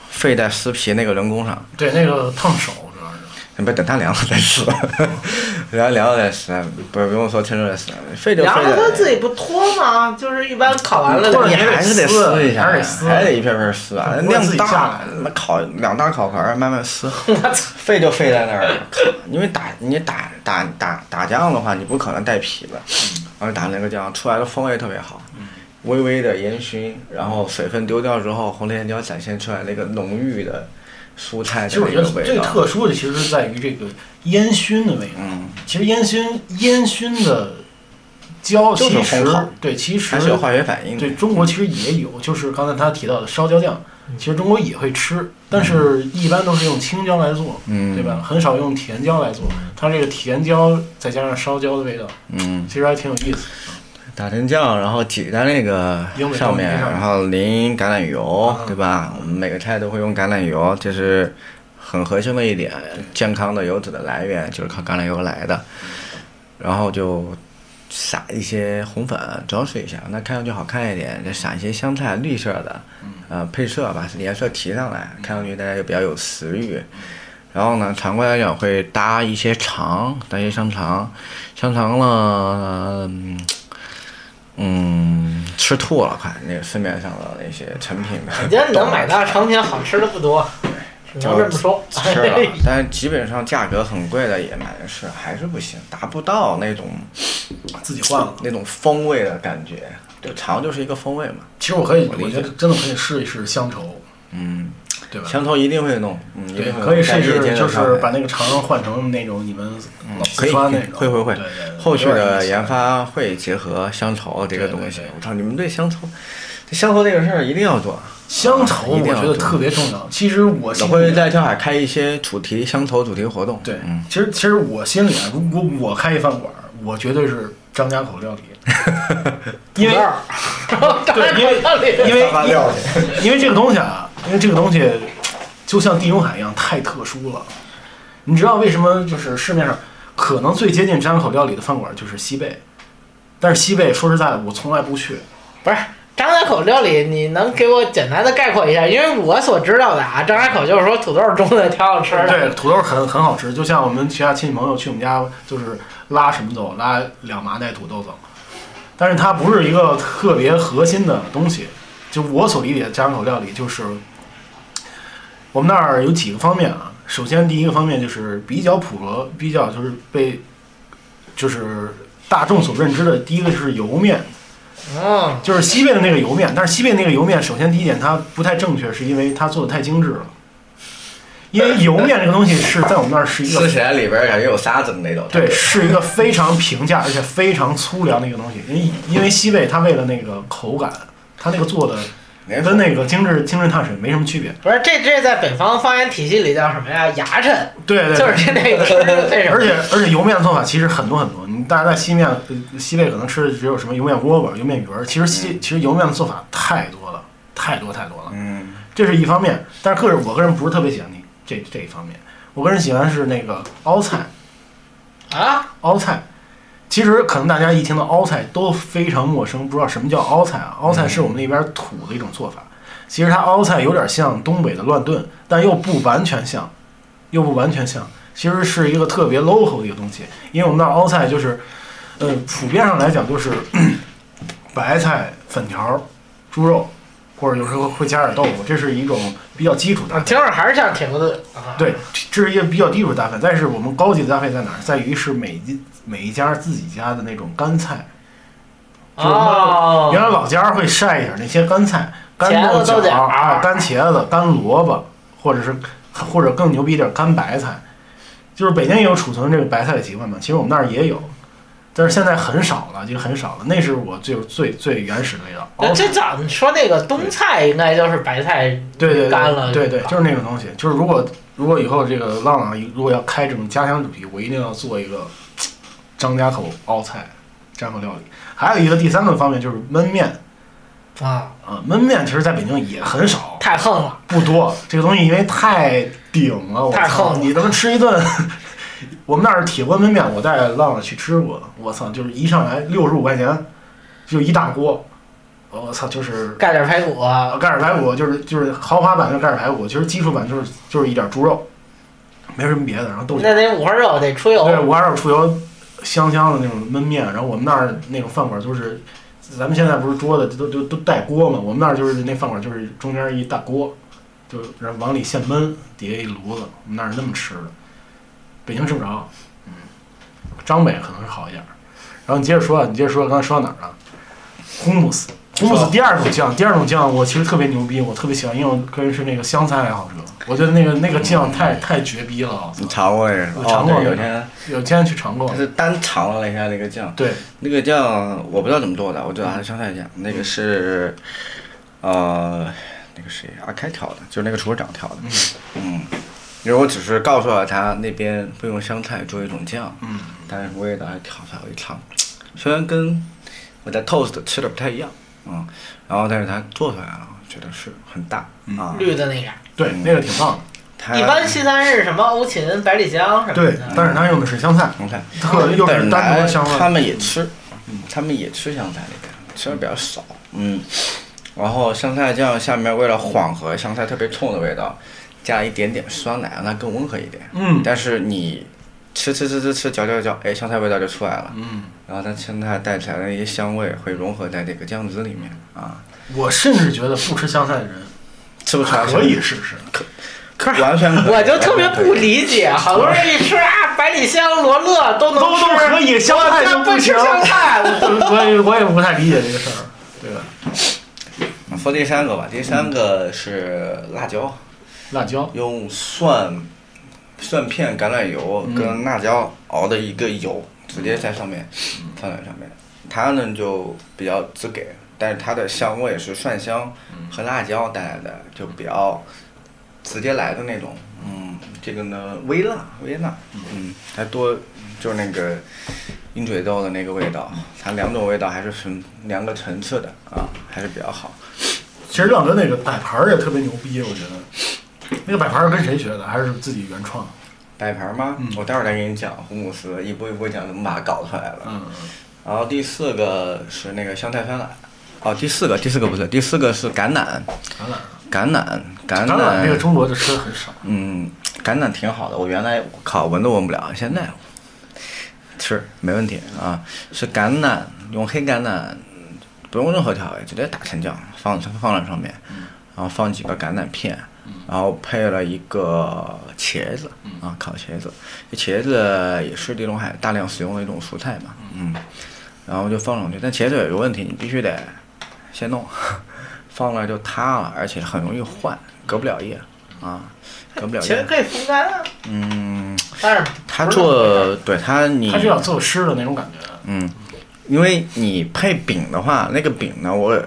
S3: 废在撕皮那个人工上。
S1: 对，那个烫手主要是。
S3: 你不要等它凉了再撕， 等它凉了再撕，不不用说趁热撕，废就废
S2: 然后他自
S3: 在。
S2: 己不脱吗？就是一般烤完了
S1: 脱了
S3: 你
S2: 你
S1: 也
S3: 还是得
S1: 撕
S3: 撕一下，
S1: 还
S3: 还
S1: 是得撕
S3: 得一片片撕啊，
S1: 不会自
S3: 量
S1: 己下
S3: 大
S1: 来，
S3: 那烤两大烤盘儿慢 慢撕。
S2: 我操，
S3: 废就废在那儿了，因为打你打打打打酱的话，你不可能带皮的，
S1: 嗯
S3: 然后打那个酱出来的风味特别好，微微的烟熏，然后水分丢掉之后，红甜椒展现出来那个浓郁的蔬菜
S1: 其实
S3: 的
S1: 我
S3: 那
S1: 觉
S3: 个
S1: 得
S3: 味
S1: 最
S3: 道。
S1: 特殊的其实在于这个烟熏的味道。
S3: 嗯，
S1: 其实烟熏烟熏的椒，
S3: 就是
S1: 其
S3: 烘烤
S1: 实对，其实
S3: 还是有化学反应的
S1: 对。中国其实也有，就是刚才他提到的烧椒酱，其实中国也会吃，但是一般都是用青椒来做，
S3: 嗯
S1: 对吧？很少用甜椒来做。它这个甜椒再加上烧椒的味道，
S3: 嗯，
S1: 其实还挺有意思。
S3: 打成酱，然后挤在那个
S1: 英美
S3: 上面，
S1: 上面
S3: 然后淋橄榄油，
S1: 嗯
S3: 对吧？我们每个菜都会用橄榄油，这是很核心的一点，健康的油脂的来源就是靠橄榄油来的。然后就撒一些红粉装饰一下，那看上去好看一点。再撒一些香菜，绿色的，呃，配色把颜色提上来，看上去大家就比较有食欲。然后呢，常规来讲会搭一些肠，搭一些香肠，香肠呢，嗯嗯，吃吐了，快那个市面上的那些成品的，
S2: 你今天能买到成品好吃的不多，只能这么说。哎
S3: 吃 了，但是基本上价格很贵的也买的是，还是不行，达不到那种
S1: 自己换了，
S3: 那种风味的感觉。就肠就是一个风味嘛，
S1: 其实我可以，
S3: 我理
S1: 我
S3: 解
S1: 觉得真的可以试一试香稠，
S3: 嗯，
S1: 对吧？
S3: 墙头一定会弄，嗯，一
S1: 对，
S3: 定会弄
S1: 可以试一
S3: 在夜
S1: 试，
S3: 间的
S1: 就是
S3: 上面
S1: 把那个肠换成那种你们老
S3: 可
S1: 四
S3: 以，
S1: 川那种，
S3: 会会会
S1: 对对，对
S3: 后续
S1: 有点意
S3: 的
S1: 思
S3: 研发会结合乡愁这个东西
S1: 对对对。
S3: 我操，你们对乡愁，这乡愁这个事儿一定要做。
S1: 乡愁，
S3: 啊一
S1: 我
S3: 定要
S1: 觉得
S3: 做
S1: 特别重要。其实我
S3: 我
S1: 心
S3: 会
S1: 里
S3: 在跳海开一些主题乡愁主题活动。
S1: 对
S3: 嗯，，
S1: 其实其实我心里啊，如果我开一饭馆儿，我绝对是张家口料理，因为 对，因为因为
S3: 发料
S1: 因为这个东西啊，因为这个东西就像地中海一样太特殊了。你知道为什么？就是市面上可能最接近张家口料理的饭馆就是西贝，但是西贝说实在的，我从来不去。
S2: 不是张家口料理，你能给我简单的概括一下？因为我所知道的啊，张家口就是说土豆儿蒸的挺好吃的，
S1: 对，土豆很很好吃，就像我们其他亲戚朋友去我们家，就是拉什么走，拉两麻袋土豆走。但是它不是一个特别核心的东西，就我所理解的家口料理，就是我们那儿有几个方面啊。首先，第一个方面就是比较普罗，比较就是被就是大众所认知的，第一个就是油面，
S2: 嗯，
S1: 就是西贝的那个油面，但是西贝那个油面，首先第一点它不太正确，是因为它做的太精致了。因为油面这个东西是在我们那儿是一
S3: 吃
S1: 个
S3: 起来里边儿感觉有沙子的那种。
S1: 对，是一个非常平价而且非常粗粮的一个东西。因为因为西贝它为了那个口感，它那个做的
S3: 没错
S1: 跟那个精致精致碳水没什么区别。
S2: 不是这这在北方方言体系里叫什么呀？牙碜，
S1: 对对，对
S2: 就是这那个吃那什么
S1: 而。且而且油面的做法其实很多很多，你大家在西面西贝可能吃的只有什么油面窝巴、油面鱼儿，其实西其实油面的做法太多了，太多太多了，
S3: 嗯，
S1: 这是一方面。但是个人我个人不是特别喜欢你这这一方面，我个人喜欢是那个凹菜，
S2: 啊，
S1: 凹菜。其实可能大家一听到凹菜都非常陌生，不知道什么叫凹菜啊？凹菜是我们那边土的一种做法。其实它凹菜有点像东北的乱炖，但又不完全像，又不完全像。其实是一个特别 local 的一个东西，因为我们那儿凹菜就是，呃，普遍上来讲就是 白菜、粉条、猪肉，或者有时候会加点豆腐，这是一种比较基础的
S2: 我。听着还是像铁锅炖啊。
S1: 对，这是一个比较低俗的搭配，但是我们高级的搭配在哪儿？在于是每一每一家自己家的那种干菜，就是
S2: 哦，
S1: 原来老家会晒一点那些干菜，干
S2: 茄
S1: 豆
S2: 子豆
S1: 角
S2: 角
S1: 啊、干茄子、干萝卜，或者是或者更牛逼一点干白菜，就是北京也有储存这个白菜的习惯嘛，其实我们那儿也有。但是现在很少了，就很少了。那是我最最最原始的味道。
S2: 那最早你说那个冬菜应该就是白菜
S1: 对对对
S2: 干了
S1: 对对，
S2: 搞
S1: 就是那种东西。就是如果如果以后这个浪浪如果要开这种家乡主题，我一定要做一个张家口凹菜张家口料理。还有一个第三个方面就是焖面
S2: 啊，
S1: 啊、焖面其实在北京也很少，
S2: 太横了。
S1: 不多。这个东西因为太顶了，我
S2: 太
S1: 操！
S2: 横了
S1: 你他妈吃一顿， 我们那儿铁锅焖面，我带浪浪去吃过，我操，就是一上来六十五块钱，就一大锅，我操，就是
S2: 盖点排骨啊，
S1: 盖尔排骨就是就是豪华版的盖尔排骨，其实基础版就是就是一点猪肉，没什么别的，然后豆角
S2: 那，得五花肉得出
S3: 哦
S1: 对，
S2: 油，
S1: 五花肉出油，香香的那种焖面。然后我们那儿那种饭馆就是，咱们现在不是桌子都都都带锅嘛，我们那儿就是那饭馆就是中间一大锅，就然后往里现焖，底下一炉子，我们那儿是那么吃的。北京吃不着，嗯，张北可能是好一点儿。然后你接着说啊，你接着说，刚才说到哪儿了？烘姆斯，烘姆斯第二种酱，第二种酱我其实特别牛逼，我特别喜欢，因为我个人是那个湘菜爱好者，我觉得那个那个酱太太绝逼了，我操
S3: 嗯你
S1: 我尝
S3: 尝过那个是吧？
S1: 过
S3: 哦对有天
S1: 有今天去尝过
S3: 他，是单尝了一下那个酱，
S1: 对，
S3: 那个酱我不知道怎么做的，我知道它是香菜酱，那个是，呃，那个谁阿开调的，就是那个厨师长调的，嗯，因为我只是告诉了他那边会用香菜做一种酱，
S1: 嗯，
S3: 但是味道还调出来，我一尝，虽然跟我在 Toast 吃的不太一样，嗯，然后但是它做出来了，我觉得是很大啊，
S2: 绿的那个。
S1: 对，那个挺棒的，
S3: 它
S2: 一般西餐是什么欧芹、百里香什么
S1: 哎对
S2: 的。，
S1: 但是他用的是香菜，
S3: 香菜。
S1: 特又
S3: 本
S1: 是单独
S3: 来
S1: 的香
S3: 他
S1: 味，
S3: 们也吃，嗯，他们也吃香菜那边，吃的比较少，嗯。然后香菜酱下面为了缓和香菜特别冲的味道，加了一点点酸奶，让它更温和一点。
S1: 嗯
S3: 但是你吃吃吃吃吃嚼嚼嚼，哎，香菜味道就出来了。
S1: 嗯，
S3: 然后它香菜带起来的一些香味会融合在这个酱汁里面啊，
S1: 我甚至觉得不吃香菜的人
S3: 吃不出来
S1: 可以试试，
S3: 完全可以
S2: 我就特别不
S3: 完全可以
S2: 理解，好多人一吃啊，百里香、罗勒都能
S1: 都
S2: 吃，
S1: 都可以，香菜就
S2: 那不
S1: 不
S2: 吃
S1: 行，
S2: 香菜，
S1: 我也我也不太理解这个事儿，对吧？
S3: 嗯说第三个吧，第三个是辣椒。
S1: 辣椒，
S3: 用蒜、蒜片、橄榄油跟辣椒熬的一个油，直接在上面放在上面。它呢就比较滋给，但是它的香味是蒜香和辣椒带来的，就比较直接来的那种。嗯，这个呢微辣，微辣，嗯，还多就是那个鹰嘴豆的那个味道，它两种味道还是很两个层次的啊，还是比较好。
S1: 其实亮哥那个摆盘儿也特别牛逼，我觉得，那个摆盘儿跟谁学的？还是自己原创？
S3: 摆盘吗？
S1: 嗯
S3: 我待会儿再给你讲红姆斯，一步一步讲怎么把它搞出来的。
S1: 嗯，
S3: 然后第四个是那个香菜酸奶，哦，第四个，第四个不是，第四个是橄榄，
S1: 橄榄，
S3: 橄榄，橄
S1: 橄榄那个中国就吃的很少，
S3: 嗯，橄榄挺好的，我原来我靠闻都闻不了，现在吃没问题啊，是橄榄，用黑橄榄，不用任何调味，直接打成酱，放放在上面，然后放几个橄榄片，然后配了一个茄子啊，烤茄子，这茄子也是地中海大量使用的一种蔬菜嘛，嗯，然后就放上去，但茄子有个问题，你必须得 先弄，放了就塌了，而且很容易坏，隔不了夜。啊，隔不了
S2: 其实
S3: 夜。
S2: 可以风干啊，
S3: 嗯，
S2: 但是
S3: 他
S2: 不是那么回事
S3: 做对他你
S1: 它是有点做诗的那种感觉。
S3: 嗯，因为你配饼的话，那个饼呢，我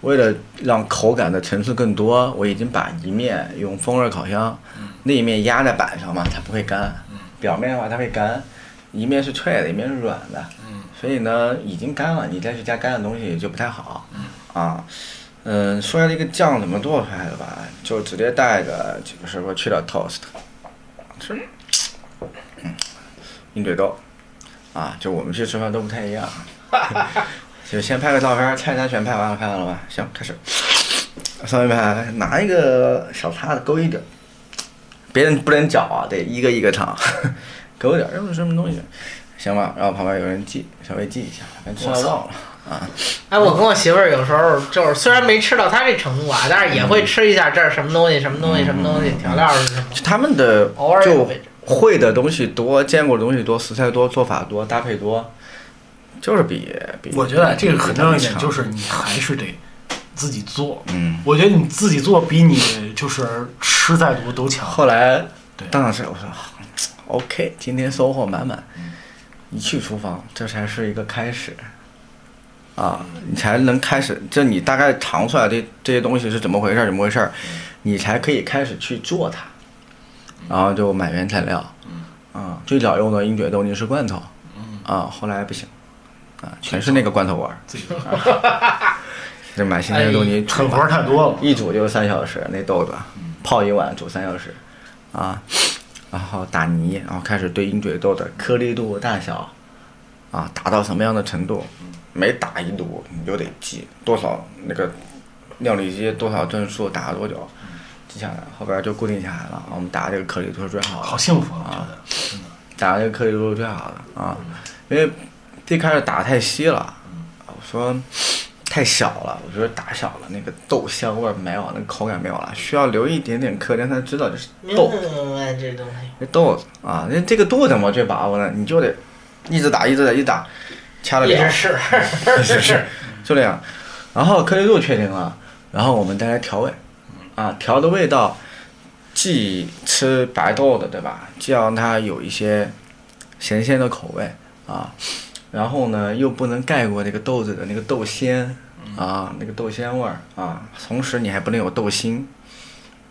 S3: 为了让口感的层次更多，我已经把一面用风味烤箱，那一面压在板上嘛，它不会干。表面的话它会干，一面是脆的，一面是软的。
S1: 嗯
S3: 所以呢，已经干了，你再去加干的东西就不太好。啊，嗯，说一下这个酱怎么做出来的吧，就直接带个，就是说去掉 toast，吃，嗯，鹰嘴豆，啊，就我们去吃饭都不太一样。就先拍个照片，菜单全拍完了，拍完了吧？行，开始。上面拍，拿一个小叉子勾一点儿，别人不能搅啊，得一个一个尝， 勾一点儿，这是什么东西？行吧，然后旁边有人记，稍微记一下，但吃了 忘了。
S2: 哎，我跟我媳妇儿有时候就是虽然没吃到她这程度啊，但是也
S1: 嗯
S2: 会吃一下这儿什么东西什么东西什么东西调料是什么，
S3: 就他们的
S2: 偶尔也
S3: 就
S2: 会吃
S3: 会的东西多，见过的东西多，食材多，做法多，搭配多，就是比比。
S1: 我觉得这个很重要一点
S3: 比他们强
S1: 就是你还是得自己做。
S3: 嗯，
S1: 我觉得你自己做比你就是吃再多都强。
S3: 后来
S1: 对
S3: 当老师，我说好 OK，今天收获满满。一去厨房，这才是一个开始啊，你才能开始，这你大概尝出来这这些东西是怎么回事儿，怎么回事儿，
S1: 嗯
S3: 你才可以开始去做它，然后就买原材料，
S1: 嗯
S3: 啊，最早用的鹰嘴豆泥是罐头，啊，后来不行，啊，全是那个罐头味儿，
S1: 自己做
S3: 就买新鲜的豆泥，
S1: 狠活儿太多了。
S3: 一煮就三小时，那豆子泡一碗煮三小时，啊，然后打泥，然后开始对鹰嘴豆的颗粒度大小，啊，打到什么样的程度，每打一度你就得记多少那个料理机多少吨数打了多久，记下来，后边就固定下来了。我们打这个颗粒度是最好的，
S1: 好幸福啊！我觉得真的，
S3: 打这个颗粒度是最好的啊，因为最开始打太稀了，我说太小了，我觉得打小了那个豆香味儿没有，那个口感没有了，需要留一点点颗粒，让他知道这是豆，
S2: 嗯，哎这东西。
S3: 这豆子啊，那这个度怎么去把握呢？你就得一直打，一直打，一直打，掐
S1: 啊
S3: 了表
S2: 也， 是，
S3: 是是，就这样。然后颗粒度确定了，然后我们再来调味，啊，调的味道，既吃白豆的对吧，既要让它有一些咸鲜的口味啊，然后呢又不能盖过这个豆子的那个豆鲜啊，那个豆鲜味儿啊，同时你还不能有豆腥，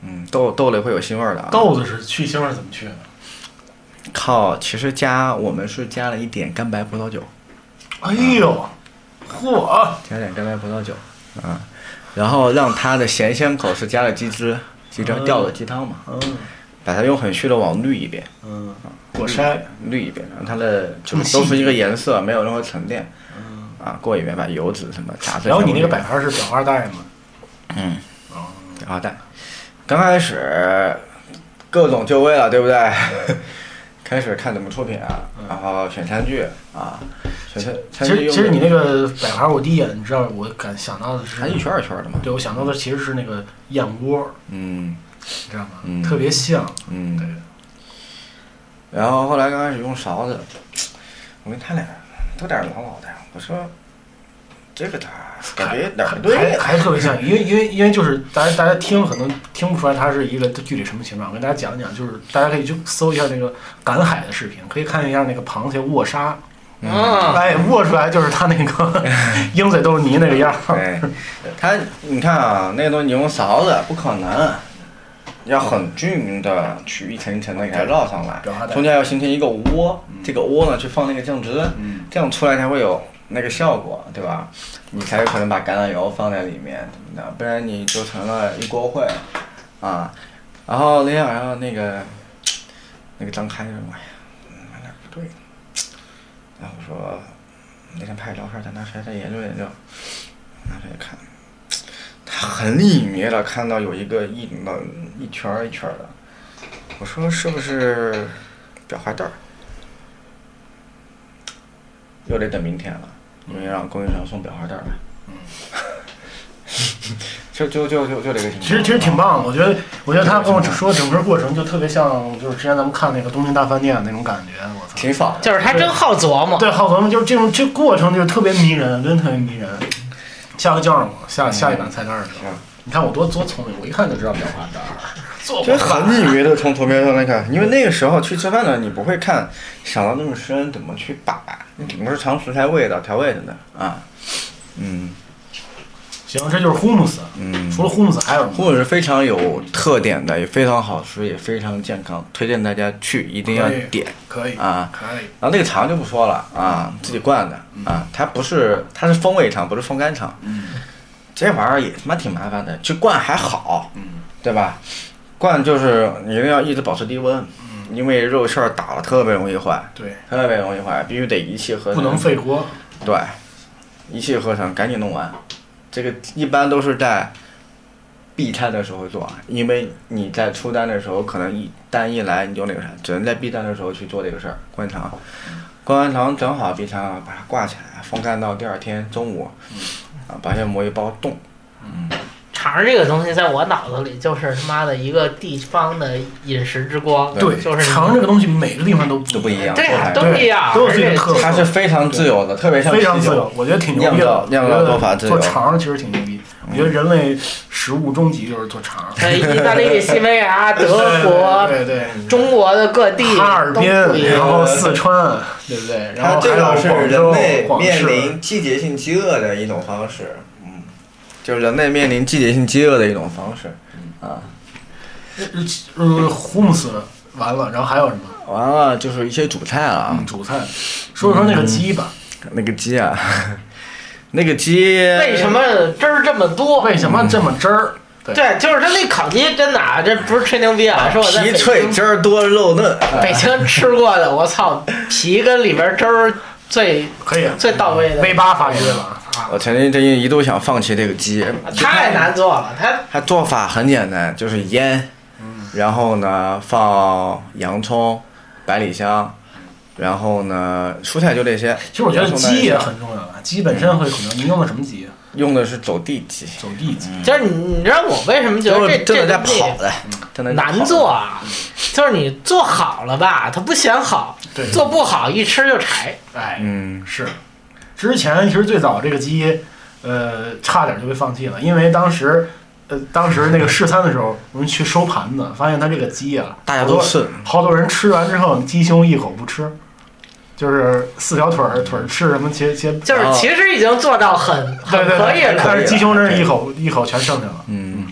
S3: 嗯，豆豆类会有腥味儿的啊。
S1: 豆子是去腥味儿怎么去呢？
S3: 靠，其实加我们是加了一点干白葡萄酒。
S1: 哎呦，嚯！
S3: 加点干白葡萄酒，啊，然后让它的咸鲜口是加了鸡汁，鸡汁吊了鸡汤嘛，
S1: 嗯
S3: 把它用很虚的往绿一遍，
S1: 嗯，过筛，
S3: 绿一遍，然后它的
S1: 这
S3: 就
S1: 么
S3: 是都
S1: 细
S3: 是一个颜色，没有任何沉淀，
S1: 嗯，
S3: 啊，过一遍把油脂什么炸碎。
S1: 然后你那个
S3: 全部
S1: 摆盘是裱花带吗？
S3: 嗯，
S1: 哦
S3: 然后蛋，刚开始各种就位了，对不对？ 开始看怎么出品啊，然后选餐具啊，选餐
S1: 嗯其
S3: 餐具
S1: 实
S3: 用
S1: 其实你那个摆盘，我第一眼你知道我感想到的是
S3: 还，一圈儿一圈儿的嘛，
S1: 对我想到的其实是那个燕窝，
S3: 嗯
S1: 你知道吗？
S3: 嗯
S1: 特别像，
S3: 嗯。
S1: 对，
S3: 然后后来刚开始用勺子，我跟他俩都点老老的，我说这个咋感觉哪儿
S1: 还
S3: 不对
S1: 还
S3: 呀？
S1: 还特别像，因为因为因为就是大家大家听可能听不出来它是一个具体什么形状，我跟大家讲一讲，就是大家可以去搜一下那个赶海的视频，可以看一下那个螃蟹握沙，
S2: 嗯，
S1: 哎，握出来就是它那 个鹰嘴豆泥那个样儿，
S3: 对，他你看啊，那个东西你用勺子不可能，要很均匀的去一层一层的给它绕上来
S1: 裱花，带
S3: 中间要形成一个窝，这个窝呢去放那个酱汁，
S1: 嗯
S3: 这样出来才会有那个效果，对吧？你才有可能把橄榄油放在里面，怎么的？不然你就成了一锅烩啊。然后另外，然后那个那个张开认为，哎呀嗯哪儿不对？然后我说那天拍照片，咱拿出来再研究研究，拿出来看。他很隐约的看到有一个一冷一圈儿一圈儿的，我说是不是裱花带儿？又得等明天了，因为让供应商送裱花袋来。
S1: 嗯，
S3: 就就就就就这个情况。啊
S1: 其实其实挺棒的，我觉得我觉得他跟我说整个过程就特别像，就是之前咱们看那个《东京大饭店》那种感觉，我操，
S3: 挺爽的。
S2: 就是他真好琢磨。
S1: 对，好琢磨，就是这种这过程就是特别迷人，真特别迷人。下回叫上我，下下一版菜单的时候
S3: 嗯，
S1: 你看我多多聪明，我一看就知道裱花带儿，
S2: 做
S3: 就
S2: 过
S3: 是很隐约的从图片上来看，因为那个时候去吃饭呢，你不会看想到那么深，怎么去把，你顶多是尝食材味道、调味的呢啊。嗯
S1: 行，这就是 hummus。
S3: 嗯，
S1: 除了 hummus 还有什么？
S3: 或者是非常有特点的，也非常好吃，也非常健康，推荐大家去，一定要
S1: 可以
S3: 点。
S1: 可以
S3: 啊
S1: 可以。
S3: 然后那个肠就不说了
S1: 嗯
S3: 啊，自己灌的啊，它不是它是风味肠，不是风干肠。
S1: 嗯
S3: 这玩意儿也他妈挺麻烦的，去灌还好，
S1: 嗯
S3: 对吧？灌就是你一定要一直保持低温，因为肉馅儿打了特别容易坏，
S1: 嗯对，
S3: 特别容易坏，必须得一气呵成。
S1: 不能废锅。
S3: 对，一气呵成，赶紧弄完。这个一般都是在必餐的时候做，啊因为你在出单的时候，可能一单一来你就那个啥，只能在必单的时候去做这个事儿。灌肠，灌完肠整好必餐啊，把它挂起来，风干到第二天中午，啊，把这馍一包冻。
S2: 肠儿这个东西，在我脑子里就是他妈的一个地方的饮食之光，
S3: 对
S2: 就是
S1: 肠这个东西每个地方都
S3: 都不一样
S2: 对呀，
S1: 对
S2: 都一样，
S1: 都有
S2: 而
S1: 自己的
S2: 且
S1: 特色
S3: 它是非常自由的，特别像
S1: 非常
S3: 啤
S1: 自
S3: 酒
S1: 由，我觉得挺牛逼
S3: 酿
S1: 的
S3: 造。酿造
S1: 我觉得
S3: 做法自由
S1: 做肠儿其实挺牛逼。我觉得人类食物终极就是做肠儿。
S2: 呃，意 大利、西班牙、德国、
S1: 对对对对
S2: 中国的各地，
S1: 哈尔滨，
S2: 都不一样
S1: 然后四川，对不对？然
S4: 它
S1: 后
S4: 这
S1: 还有
S4: 个是
S1: 广
S4: 人
S1: 州
S4: 类、
S1: 广
S4: 面
S1: 市。
S4: 临季节性饥饿的一种方式。
S3: 嗯就是人类面临季节性饥饿的一种方式。啊，
S1: 呃，胡姆斯完了，然后还有什么？
S3: 完了就是一些主菜了啊
S1: 嗯，，主菜。说说那个鸡吧，
S3: 那个鸡啊， 那个鸡
S2: 为什么汁儿这么多？
S1: 为什么这么汁儿？对
S2: 对，就是他那烤鸡，真的啊，这不是吹牛逼啊，是我在
S3: 皮
S2: 北
S3: 脆
S2: 京
S3: 汁儿多肉嫩，
S2: 北京吃过的，我操，皮跟里边汁儿最
S1: 可以
S2: 最到位的，
S1: ，V 八发挥了啊！
S3: 我曾经真一度想放弃这个鸡，
S2: 太难做了，它
S3: 它做法很简单，就是腌，
S2: 嗯
S3: 然后呢放洋葱、百里香，然后呢蔬菜就这些。
S1: 其实我觉得
S3: 洋葱
S1: 鸡也
S3: 百里香
S1: 很重要啊，鸡本身会很重要。你用的什么鸡？
S3: 用的是走地鸡，
S1: 走地鸡。
S2: 就是你，你知道我为什么觉
S3: 就
S2: 得
S3: 是
S2: 这
S3: 真
S2: 这
S3: 的在
S2: 东西
S3: 跑的，真的在跑
S2: 难
S3: 的
S2: 做。啊？就是你做好了吧，它不显好
S1: 对；
S2: 做不好，一吃就柴。
S1: 哎，
S3: 嗯，
S1: 是，之前其实最早这个鸡，呃，差点就被放弃了，因为当时，呃，当时那个试餐的时候，我们去收盘 子，发现它这个鸡啊，
S3: 大家
S1: 好多
S3: 都是
S1: 好多人吃完之后，鸡胸一口不吃，就是四条腿
S3: 嗯
S1: 儿腿儿吃什么切切，
S2: 就
S3: 然
S2: 是
S3: 后
S2: 其实已经做到很
S1: 对
S2: 很
S1: 对
S2: 可以
S1: 对，
S2: 了，
S1: 但是鸡胸真是
S3: 可以了
S1: 一口一口全剩下了。
S3: 嗯，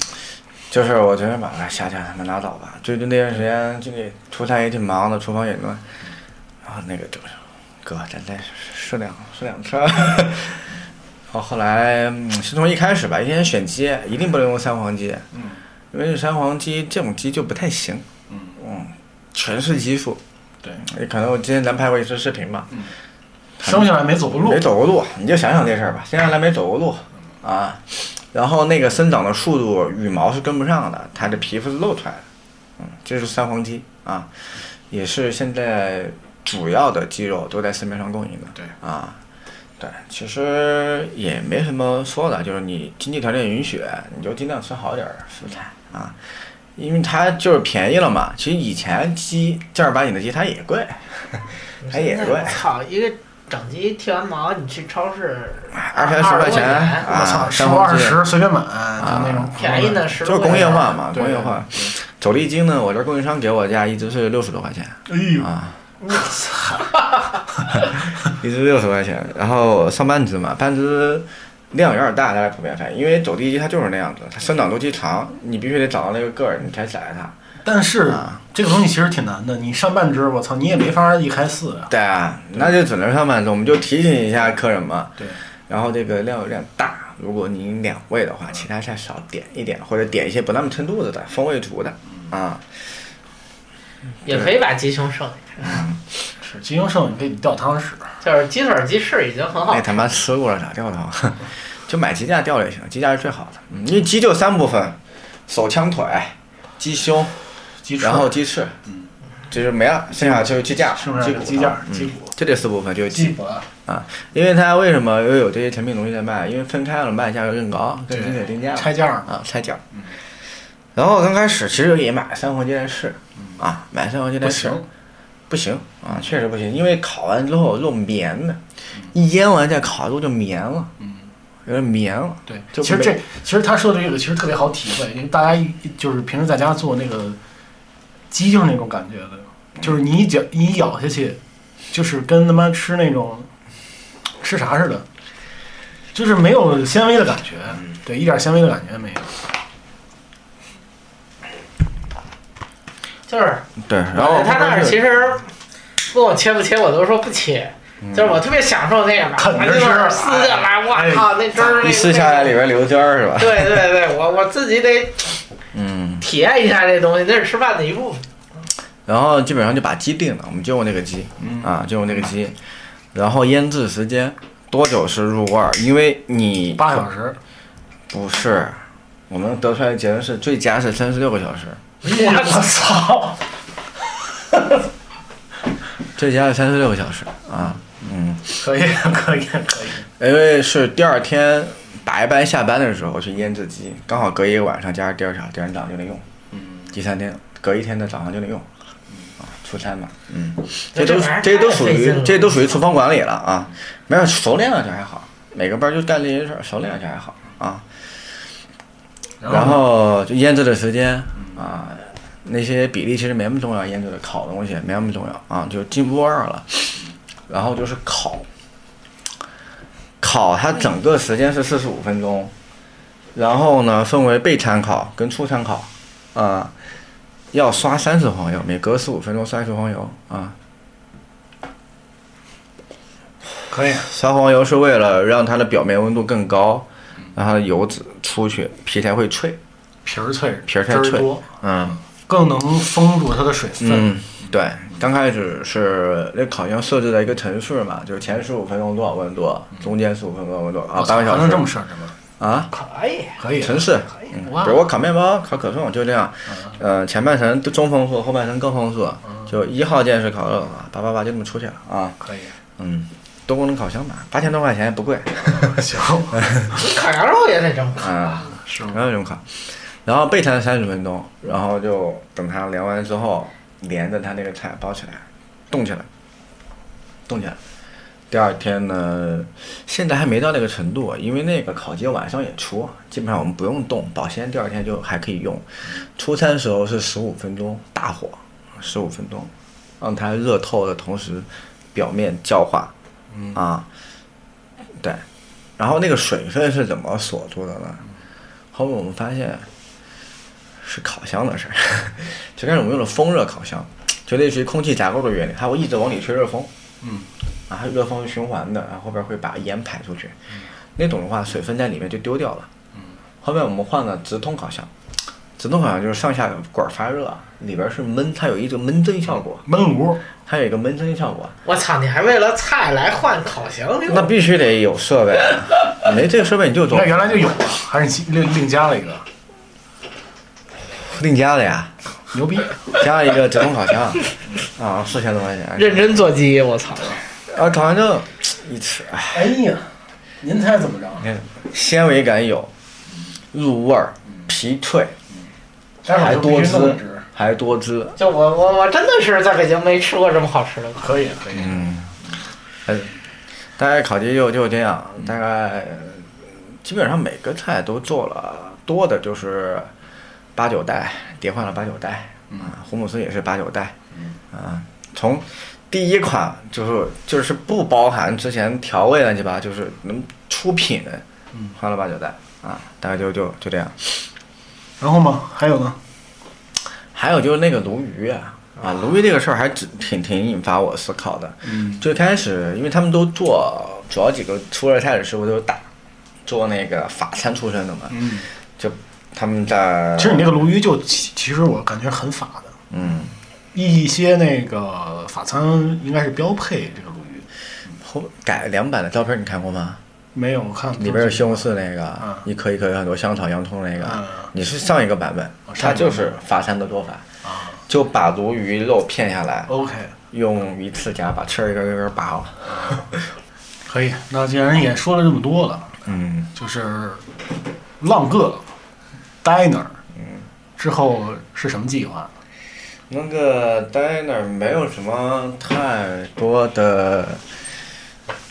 S3: 就是我觉得把它下架，他们拉倒吧。最近那段时间，这里出差也挺忙的，厨房也乱，然后那个就是，哥，咱再试两试两 次。后后来、嗯是从一开始吧，一天选鸡，一定不能用三黄鸡，
S1: 嗯
S3: 因为三黄鸡这种鸡就不太行，
S1: 嗯，
S3: 嗯，全是激素。
S1: 对，
S3: 也可能我之前咱拍过一次视频吧，
S1: 生下来没走过路
S3: 没，走过路，你就想想这事儿吧，生下来没走过路啊，然后那个生长的速度，羽毛是跟不上的，它的皮肤是露出来的，嗯，这是三黄鸡啊，也是现在主要的鸡肉都在市面上供应的，
S1: 对
S3: 啊，对，其实也没什么说的，就是你经济条件允许，你就尽量吃好点儿蔬菜啊。因为它就是便宜了嘛，其实以前鸡正儿八经的鸡它也贵，它也贵，
S2: 操，一个整鸡剃完毛，你去超市
S3: 二三十块钱，
S2: 20
S1: 我
S3: 啊
S1: 操，十
S3: 三啊
S1: 五
S3: 黄
S1: 二
S3: 鸡
S1: 十随便买，就那种
S2: 便宜的十
S3: 哎就是工业化
S1: 啊
S3: 嘛，
S1: 对
S3: 工业化。走地精呢，我这供应商给我价一只是六十多块钱
S1: 哎呦，
S3: 啊，一只六十块钱，然后上半只嘛，半只量有点大，大家普遍反映，因为走地鸡它就是那样子，它生长周期长，你必须得长到那个个儿，你才宰它。
S1: 但是
S3: 啊
S1: 这个东西其实挺难的，你上半只，我操，你也没法一开四啊。
S3: 对啊，那就只能上半只，我们就提醒一下客人嘛。
S1: 对，
S3: 然后这个量有点大，如果您两位的话，其他菜少点一点，或者点一些不那么撑肚子的，风味足的啊。
S2: 也可以把鸡胸剩下。
S1: 是鸡胸剩，你可以吊汤使。
S2: 就是鸡腿、鸡翅已经
S1: 哦
S2: 很好
S3: 那，他妈吃过了，咋掉头？ 就买鸡架吊就行，鸡架是最好的。嗯因为鸡就三部分：手枪腿、鸡胸，
S1: 鸡翅
S3: 然后鸡翅，
S1: 嗯，
S3: 就是没了，剩下就是鸡架、
S1: 剩下
S3: 鸡
S1: 的
S3: 骨
S1: 鸡架、
S3: 嗯
S1: 鸡骨、
S3: 就这四部分就是
S1: 鸡
S3: 鸡。
S1: 脖。
S3: 因为它为什么又有这些成品东西在卖？因为分开了卖价格更高，
S1: 对
S3: 更经济定价了
S1: 拆架嘛。
S3: 啊，拆件儿
S1: 嗯。
S3: 然后刚开始其实也买三黄鸡来试
S1: 嗯
S3: 啊，买三黄鸡来
S1: 不
S3: 试
S1: 行，
S3: 不行啊，确实嗯不行，因为烤完之后肉绵的，一腌完再烤肉就绵了。
S1: 嗯，
S3: 有点绵了。
S1: 对，
S3: 就
S1: 其实
S3: 没
S1: 这其实他说的这个其实特别好体会，因为大家一就是平时在家做那个鸡就是那种感觉的，就是你一嚼你一咬下去，就是跟他妈吃那种吃啥似的，就是没有纤维的感觉，
S3: 嗯
S1: 对，一点纤维的感觉没有。
S2: 就是
S3: 对，然
S2: 我
S3: 后
S2: 在他那儿
S3: 是
S2: 其实问我切不切，我都说不切，
S3: 嗯
S2: 就是我特别享受那个，
S1: 啃着
S2: 我就
S1: 吃
S2: 往那儿撕下来，我靠，那汁儿那
S3: 哎一撕下来里。边留尖儿是吧？
S2: 那对对对，我我自己得
S3: 嗯，
S2: 体验一下这东西，那是吃饭的一部分。
S3: 然后基本上就把鸡定了，我们就用那个鸡
S1: 嗯
S3: 啊，就用那个鸡，然后腌制时间多久是入味儿？因为你
S1: 八小时，
S3: 不是，我们得出来的结论是最佳是三十六个小时，哎
S1: 我 操！
S3: 最佳是三十六个小时啊，嗯，
S1: 可以， 可以，可以。
S3: 因为是第二天白班下班的时候去腌制鸡，刚好隔一个晚上加上第二天，第二天早上就能用，
S1: 嗯，
S3: 第三天隔一天的早上就能用，啊，出餐嘛，嗯，这
S2: 这
S3: 都
S2: 玩意儿
S3: 这都
S2: 太
S3: 属
S2: 费
S3: 于
S2: 劲了
S3: 这都属于厨房管理了啊，没有熟练了就还好，每个班就干这些事儿，熟练了就还好啊，然
S1: 呢
S3: 后就腌制的时间
S2: 嗯
S3: 啊，那些比例其实没那么重要，腌制的烤的东西没那么重要啊，就进步二了。
S2: 嗯
S3: 然后就是烤，烤它整个时间是四十五分钟，然后呢分为备餐烤跟初餐烤，啊、要刷三次黄油，每隔十五分钟刷一次黄油啊。
S1: 可以，啊
S3: 刷黄油是为了让它的表面温度更高，让它的油脂出去，皮才会脆。
S1: 皮儿脆，
S3: 皮儿太
S1: 汁
S3: 脆
S1: 多，
S3: 嗯，
S1: 更能封住它的水分。
S3: 嗯，对，刚开始是那烤箱设置了一个程序嘛，就是前十五分钟多少温度，中间十五分钟多少温度啊
S1: 我，操
S3: 半个
S1: 还
S3: 小
S1: 能这么
S3: 时
S1: 设置吗？
S3: 啊，
S2: 可哎以，
S1: 可以，
S3: 程式，嗯，
S1: 哇
S3: 比如我烤面包、烤可颂就这样，呃，前半程中丰富，后半程更丰富，就一号键是烤肉啊，叭叭叭就这么出去了啊，
S1: 可以。
S3: 嗯，多功能烤箱吧，八千多块钱也不贵
S1: 行，
S2: 你烤羊肉也得这么烤。
S3: 啊，
S1: 是
S3: 然后这么烤，然后备餐三十分钟，然后就等它凉完之后，连着它那个菜包起来，冻起来，冻起来。第二天呢，现在还没到那个程度，因为那个烤鸡晚上也出，基本上我们不用冻，保鲜第二天就还可以用。出餐时候是十五分钟，大火十五分钟，让它热透的同时，表面焦化，啊，对，然后那个水分是怎么锁住的呢？后面我们发现是烤箱的事儿， 最开始我们用了风热烤箱，就类似于空气夹构的原理，它会一直往里吹热风，
S1: 嗯，
S3: 啊，热风是循环的，然后后边会把盐排出去，
S1: 嗯
S3: 那种的话水分在里面就丢掉了。后面我们换了直通烤箱，直通烤箱就是上下管儿发热，啊里边是闷，它有一个闷蒸效果，
S1: 焖锅，
S3: 它有一个闷蒸效果，
S2: 我操，你还为了菜来换烤箱
S3: 那
S2: 料？
S3: 必须得有设备，没这个设备你就走
S1: 哎那。原来就有了，还是你另另加了一个，
S3: 另加的呀，
S1: 牛逼！
S3: 加了一个直通烤 箱，啊，四千多块钱，
S2: 认真做鸡，我操！
S3: 啊，烤完之后一吃，哎，
S1: 哎呀，您猜怎么着？
S3: 你看纤维感有，入味儿，皮脆，
S1: 嗯待会儿
S3: 还
S1: 就必
S3: 多
S1: 须弄一
S3: 汁
S1: 只，
S3: 还多汁，
S2: 就我我我真的是在北京没吃过这么好 吃的。
S1: 可以啊可以，
S3: 嗯哎，大概烤鸡就就这样，大概呃基本上每个菜都做了，多的就是八九袋，叠换了八九袋，啊，红姆斯也是八九袋，啊，从第一款就是就是不包含之前调味乱七八，就是能出品，换了八九袋，啊，大概就就就这样。
S1: 然后吗？还有呢？
S3: 还有就是那个鲈鱼啊，啊，鲈鱼这个事儿还只挺挺引发我思考的。
S1: 嗯，
S3: 最开始因为他们都做主要几个出热菜的师傅都是大做那个法餐出身的嘛，
S1: 嗯，
S3: 就他们在
S1: 其实你那个鲈鱼就其其实我感觉很法的，
S3: 嗯
S1: 一些那个法餐应该是标配这个鲈鱼，
S3: 后改两版的照片你看过吗？
S1: 没有我看
S3: 里边有西红柿那个，
S1: 嗯
S3: 一颗一颗有很多香草洋葱那个，
S1: 嗯
S3: 你是上一个版本，
S1: 哦上
S3: 它
S1: 一个
S3: 就
S1: 版本
S3: 是法餐的做法，
S1: 啊
S3: 就把鲈鱼肉片下来，
S1: ，OK，
S3: 用鱼刺夹把刺儿一根一根拔了。
S1: 可以。那既然也说了这么多了，
S3: 嗯，
S1: 就是浪个 diner，之
S3: 嗯
S1: 后是什么计划？
S3: 那个 diner 没有什么太多的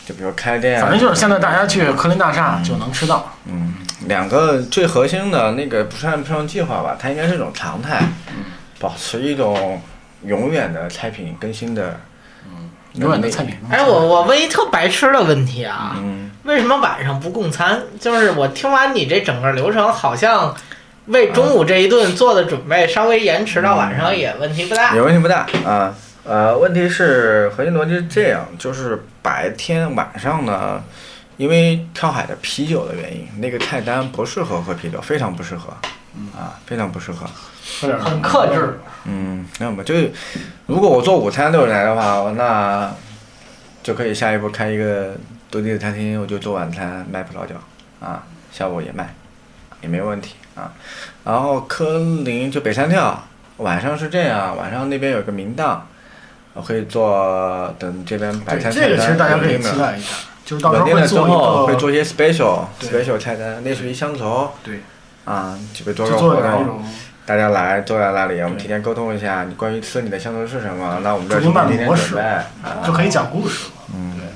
S3: 就比如开店，啊
S1: 反正就是现在大家去科林大厦就能吃到。
S3: 嗯，两个最核心的那个不是按票计划吧，它应该是一种常态，
S1: 嗯
S3: 保持一种永远的产品更新的，
S1: 嗯永远的菜品。嗯
S2: 哎，我我问一特白痴的问题啊，
S3: 嗯，
S2: 为什么晚上不供餐？就是我听完你这整个流程，好像为中午这一顿做的准备稍微延迟到晚上也问题不大。
S3: 也问题不大啊。呃，问题是核心逻辑是这样，就是白天晚上呢，因为跳海的啤酒的原因，那个菜单不适合喝啤酒，非常不适合，啊，非常不适合。
S1: 喝点
S2: 很克制，
S3: 嗯，那么就如果我做午餐对我来的话，那就可以下一步开一个独立的餐厅，我就做晚餐卖葡萄酒啊，下午也卖，也没问题啊。然后科林就北山跳，晚上是这样，晚上那边有个明档，我可以做等这边白
S1: 对，
S3: 菜
S1: 这个其实大家可以期待一下，就是到时候会
S3: 之后
S1: 做
S3: 会
S1: 一
S3: 做
S1: 个，
S3: 一些 special
S1: 对
S3: special 菜单，类似于乡愁
S1: 对，
S3: 啊，几个多
S1: 就
S3: 肉
S1: 做
S3: 活
S1: 点那
S3: 动。
S1: 种
S3: 大家来坐在那里，我们
S1: 对
S3: 提前沟通一下，你关于吃你的乡愁是什么？那我们这
S1: 主嗯动办
S3: 提前
S1: 模
S3: 准
S1: 式
S3: 备，
S1: 就
S3: 啊，
S1: 可以讲故事了。对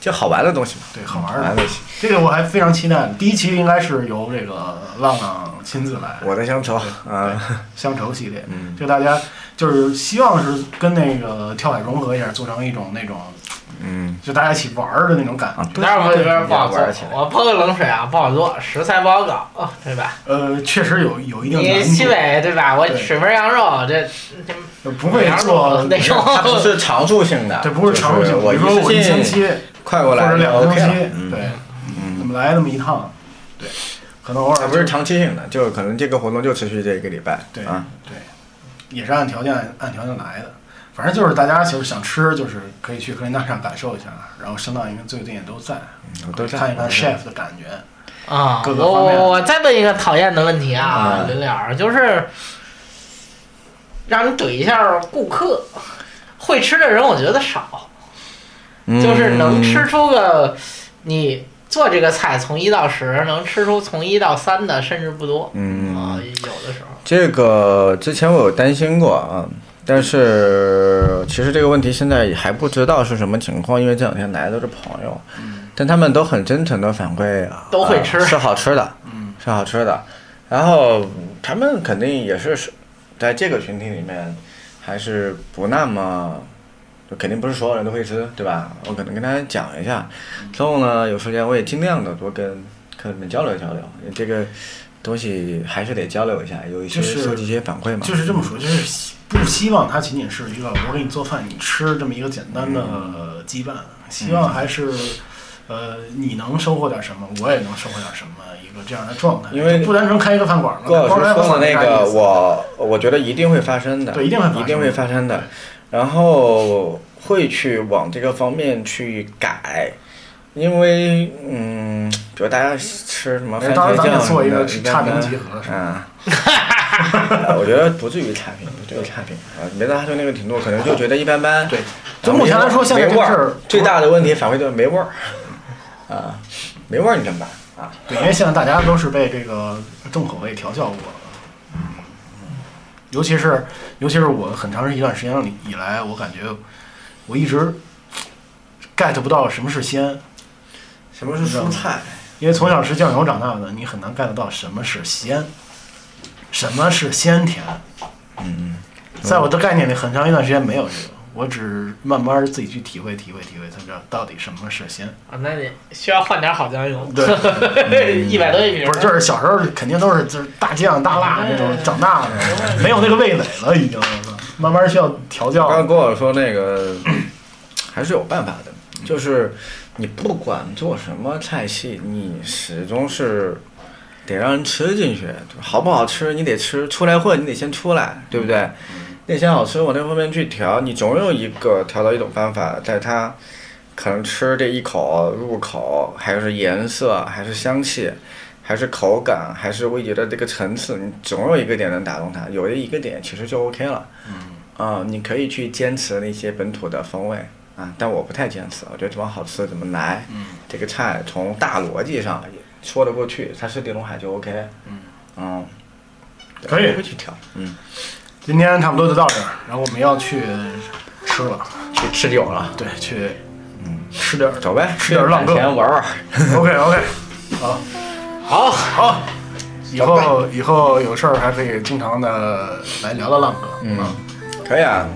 S3: 就好玩的东西嘛，
S1: 对，好
S3: 好
S1: 玩
S3: 玩的
S1: 儿的。
S3: 东西。
S1: 这个我还非常期待。第一期应该是由这个浪浪亲自来
S3: 我的乡愁，啊，
S1: 乡愁系列，
S3: 嗯，
S1: 就大家就是希望是跟那个跳海融合一下，做成一种那种
S3: 嗯，
S1: 就大家一起玩儿的那种感觉。
S3: 啊，对
S2: 但是我这边不好做
S3: 玩起，来
S2: 我泼个冷水啊，不好做，食材不好搞，对吧？
S1: 呃，确实有有一定
S2: 你西
S1: 难
S2: 北对吧？我
S1: 对啊
S2: 水门羊肉这这
S1: 度，不会做，
S2: 那种
S3: 它不是常驻性的，
S1: 这不是常
S3: 就
S1: 性。
S3: 我
S1: 比如说我一
S3: 一
S1: 星
S3: 次性
S1: 期
S3: 快
S1: 或
S3: 过来
S1: 者
S3: 就
S1: 两个
S3: OK
S1: 星
S3: 了
S1: 期，，
S3: 嗯
S1: 对，那
S3: 嗯，
S1: 么来那么一趟，对，可能偶
S3: 它
S1: 尔
S3: 不是长期性的，就可能这个活动就持续这一个礼拜，
S1: 对
S3: 啊，
S1: 对，也是按条件按条件来的。反正就是大家就是想吃，就是可以去格林大厦感受一下，然后相当于最近也都在，
S3: 我都在
S1: 看一看
S3: 我都在
S1: chef 的感觉。
S2: 啊，
S1: 各个
S2: 我
S1: 方面
S2: 我我再问一个讨厌的问题啊，
S3: 嗯
S2: 刘淼，就是让你怼一下顾客，会吃的人我觉得少，
S3: 嗯
S1: 嗯
S2: 就是能吃出个你做这个菜从一到十，能吃出从一到三的甚至不多。
S3: 嗯
S2: 啊，有的时候
S3: 这个之前我有担心过啊，但是其实这个问题现在也还不知道是什么情况，因为这两天来的都是朋友，但他们都很真诚的反馈，啊
S2: 都会吃
S3: 是好吃的，
S1: 嗯，
S3: 是好吃的。然后他们肯定也是是在这个群体里面，还是不那么，就肯定不是所有人都会吃，对吧？我可能跟大家讲一下，之后呢，有时间我也尽量的多跟客人们交流交流，这个东西还是得交流一下，有一些
S1: 就是
S3: 收集一些反馈嘛。
S1: 就是这么说，就是希不希望它仅仅是一个我给你做饭你吃这么一个简单
S3: 嗯
S1: 的羁绊，希望还是。呃，你能收获点什么，我也能收获点什么，一个这样的状态，
S3: 因为
S1: 就不单纯开一个饭馆了。
S3: 郭老
S1: 光开
S3: 师
S1: 饭
S3: 说
S1: 馆
S3: 的那
S1: 没啥意
S3: 个，
S1: 思
S3: 我我觉得一定会发生的，
S1: 对一定会发生
S3: 一定会发生的，然后会去往这个方面去改，因为嗯，比如大家吃什么番
S1: 哎当
S3: 茄
S1: 然咱
S3: 酱
S1: 们也做一个
S3: 什么的
S1: 差评集合是吧
S3: 嗯。我觉得不至于差评，不至于差评啊！没到他就那个程度，可能就觉得一般般。
S1: 对
S3: 然
S1: 就
S3: 后
S1: 目前来说现在
S3: 没
S1: 这
S3: 味
S1: 事儿
S3: 儿，最大的问题反馈就是没味儿，啊，没味儿你怎么办啊？
S1: 对，因为现在大家都是被这个重口味调教过了，尤其是尤其是我很长一段时间里以来，我感觉我一直 get 不到什么是鲜，
S3: 什么是蔬菜？
S1: 因为从小吃酱油长大的，你很难 get 到什么是鲜，什么是鲜甜。
S3: 嗯，
S1: 在我的概念里，很长一段时间没有这个，我只慢慢自己去体会、体会、体会，才知道到底什么是鲜。
S2: 啊，那你需要换点好酱油，
S1: 对，嗯
S2: 一百多一瓶儿。
S1: 不是，就是小时候肯定都是就是大酱大辣那种，长大的没有那个味蕾了，已经慢慢需要调
S3: 刚刚
S1: 教。
S3: 跟我说那个 还是有办法的，就是你不管做什么菜系，你始终是得让人吃进去，好不好吃你得吃，出来混你得先出来，对不对？那先好吃往那方面去调，你总有一个调到一种方法，在它可能吃这一口入口，还是颜色，还是香气。还是口感，还是味觉的这个层次，你总有一个点能打动它，有一个点其实就 OK 了。
S1: 嗯
S3: 啊、你可以去坚持那些本土的风味啊，但我不太坚持，我觉得怎么好吃怎么来。
S1: 嗯，
S3: 这个菜从大逻辑上也说得过去，它是地中海就 OK。
S1: 嗯
S3: 嗯，
S1: 可以
S3: 不会去调，嗯，
S1: 今天差不多就到这儿，然后我们要去吃了，
S3: 去吃酒了。
S1: 对，去
S3: 嗯
S1: 吃吃点儿
S3: 走呗，
S1: 吃点浪
S3: 钱
S1: 哥
S3: 玩玩。
S1: OK OK，
S2: 好，
S1: 好，以后以后有事儿还可以经常的来聊聊浪哥。
S3: 嗯，可以啊，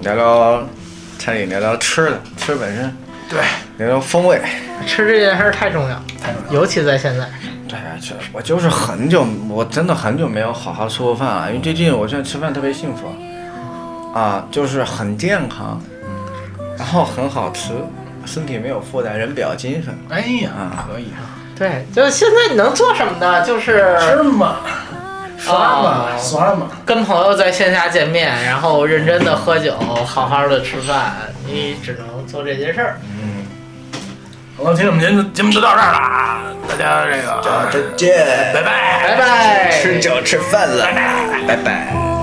S3: 聊聊餐饮，聊聊吃的，吃本身，
S1: 对，
S3: 聊聊风味。
S2: 吃这件事儿太重要，
S1: 太重要了。
S2: 尤其在现在。
S3: 对，啊这我就是很久，我真的很久没有好好吃过饭了，因为最近我现在吃饭特别幸福，啊，就是很健康，然后很好吃，身体没有负担，人比较精神。
S1: 哎呀
S3: 啊，
S1: 可以，
S2: 对，就是现在你能做什么呢？就是
S1: 吃嘛，刷嘛，
S2: 哦
S1: 刷嘛，
S2: 跟朋友在线下见面，然后认真的喝酒，好好的吃饭，你只能做这件事儿。
S1: 好了，听我们节目节目就到这儿了啊，大家这个
S4: 啊再见，
S1: 拜拜。
S2: 拜拜，
S4: 吃酒吃饭了，拜拜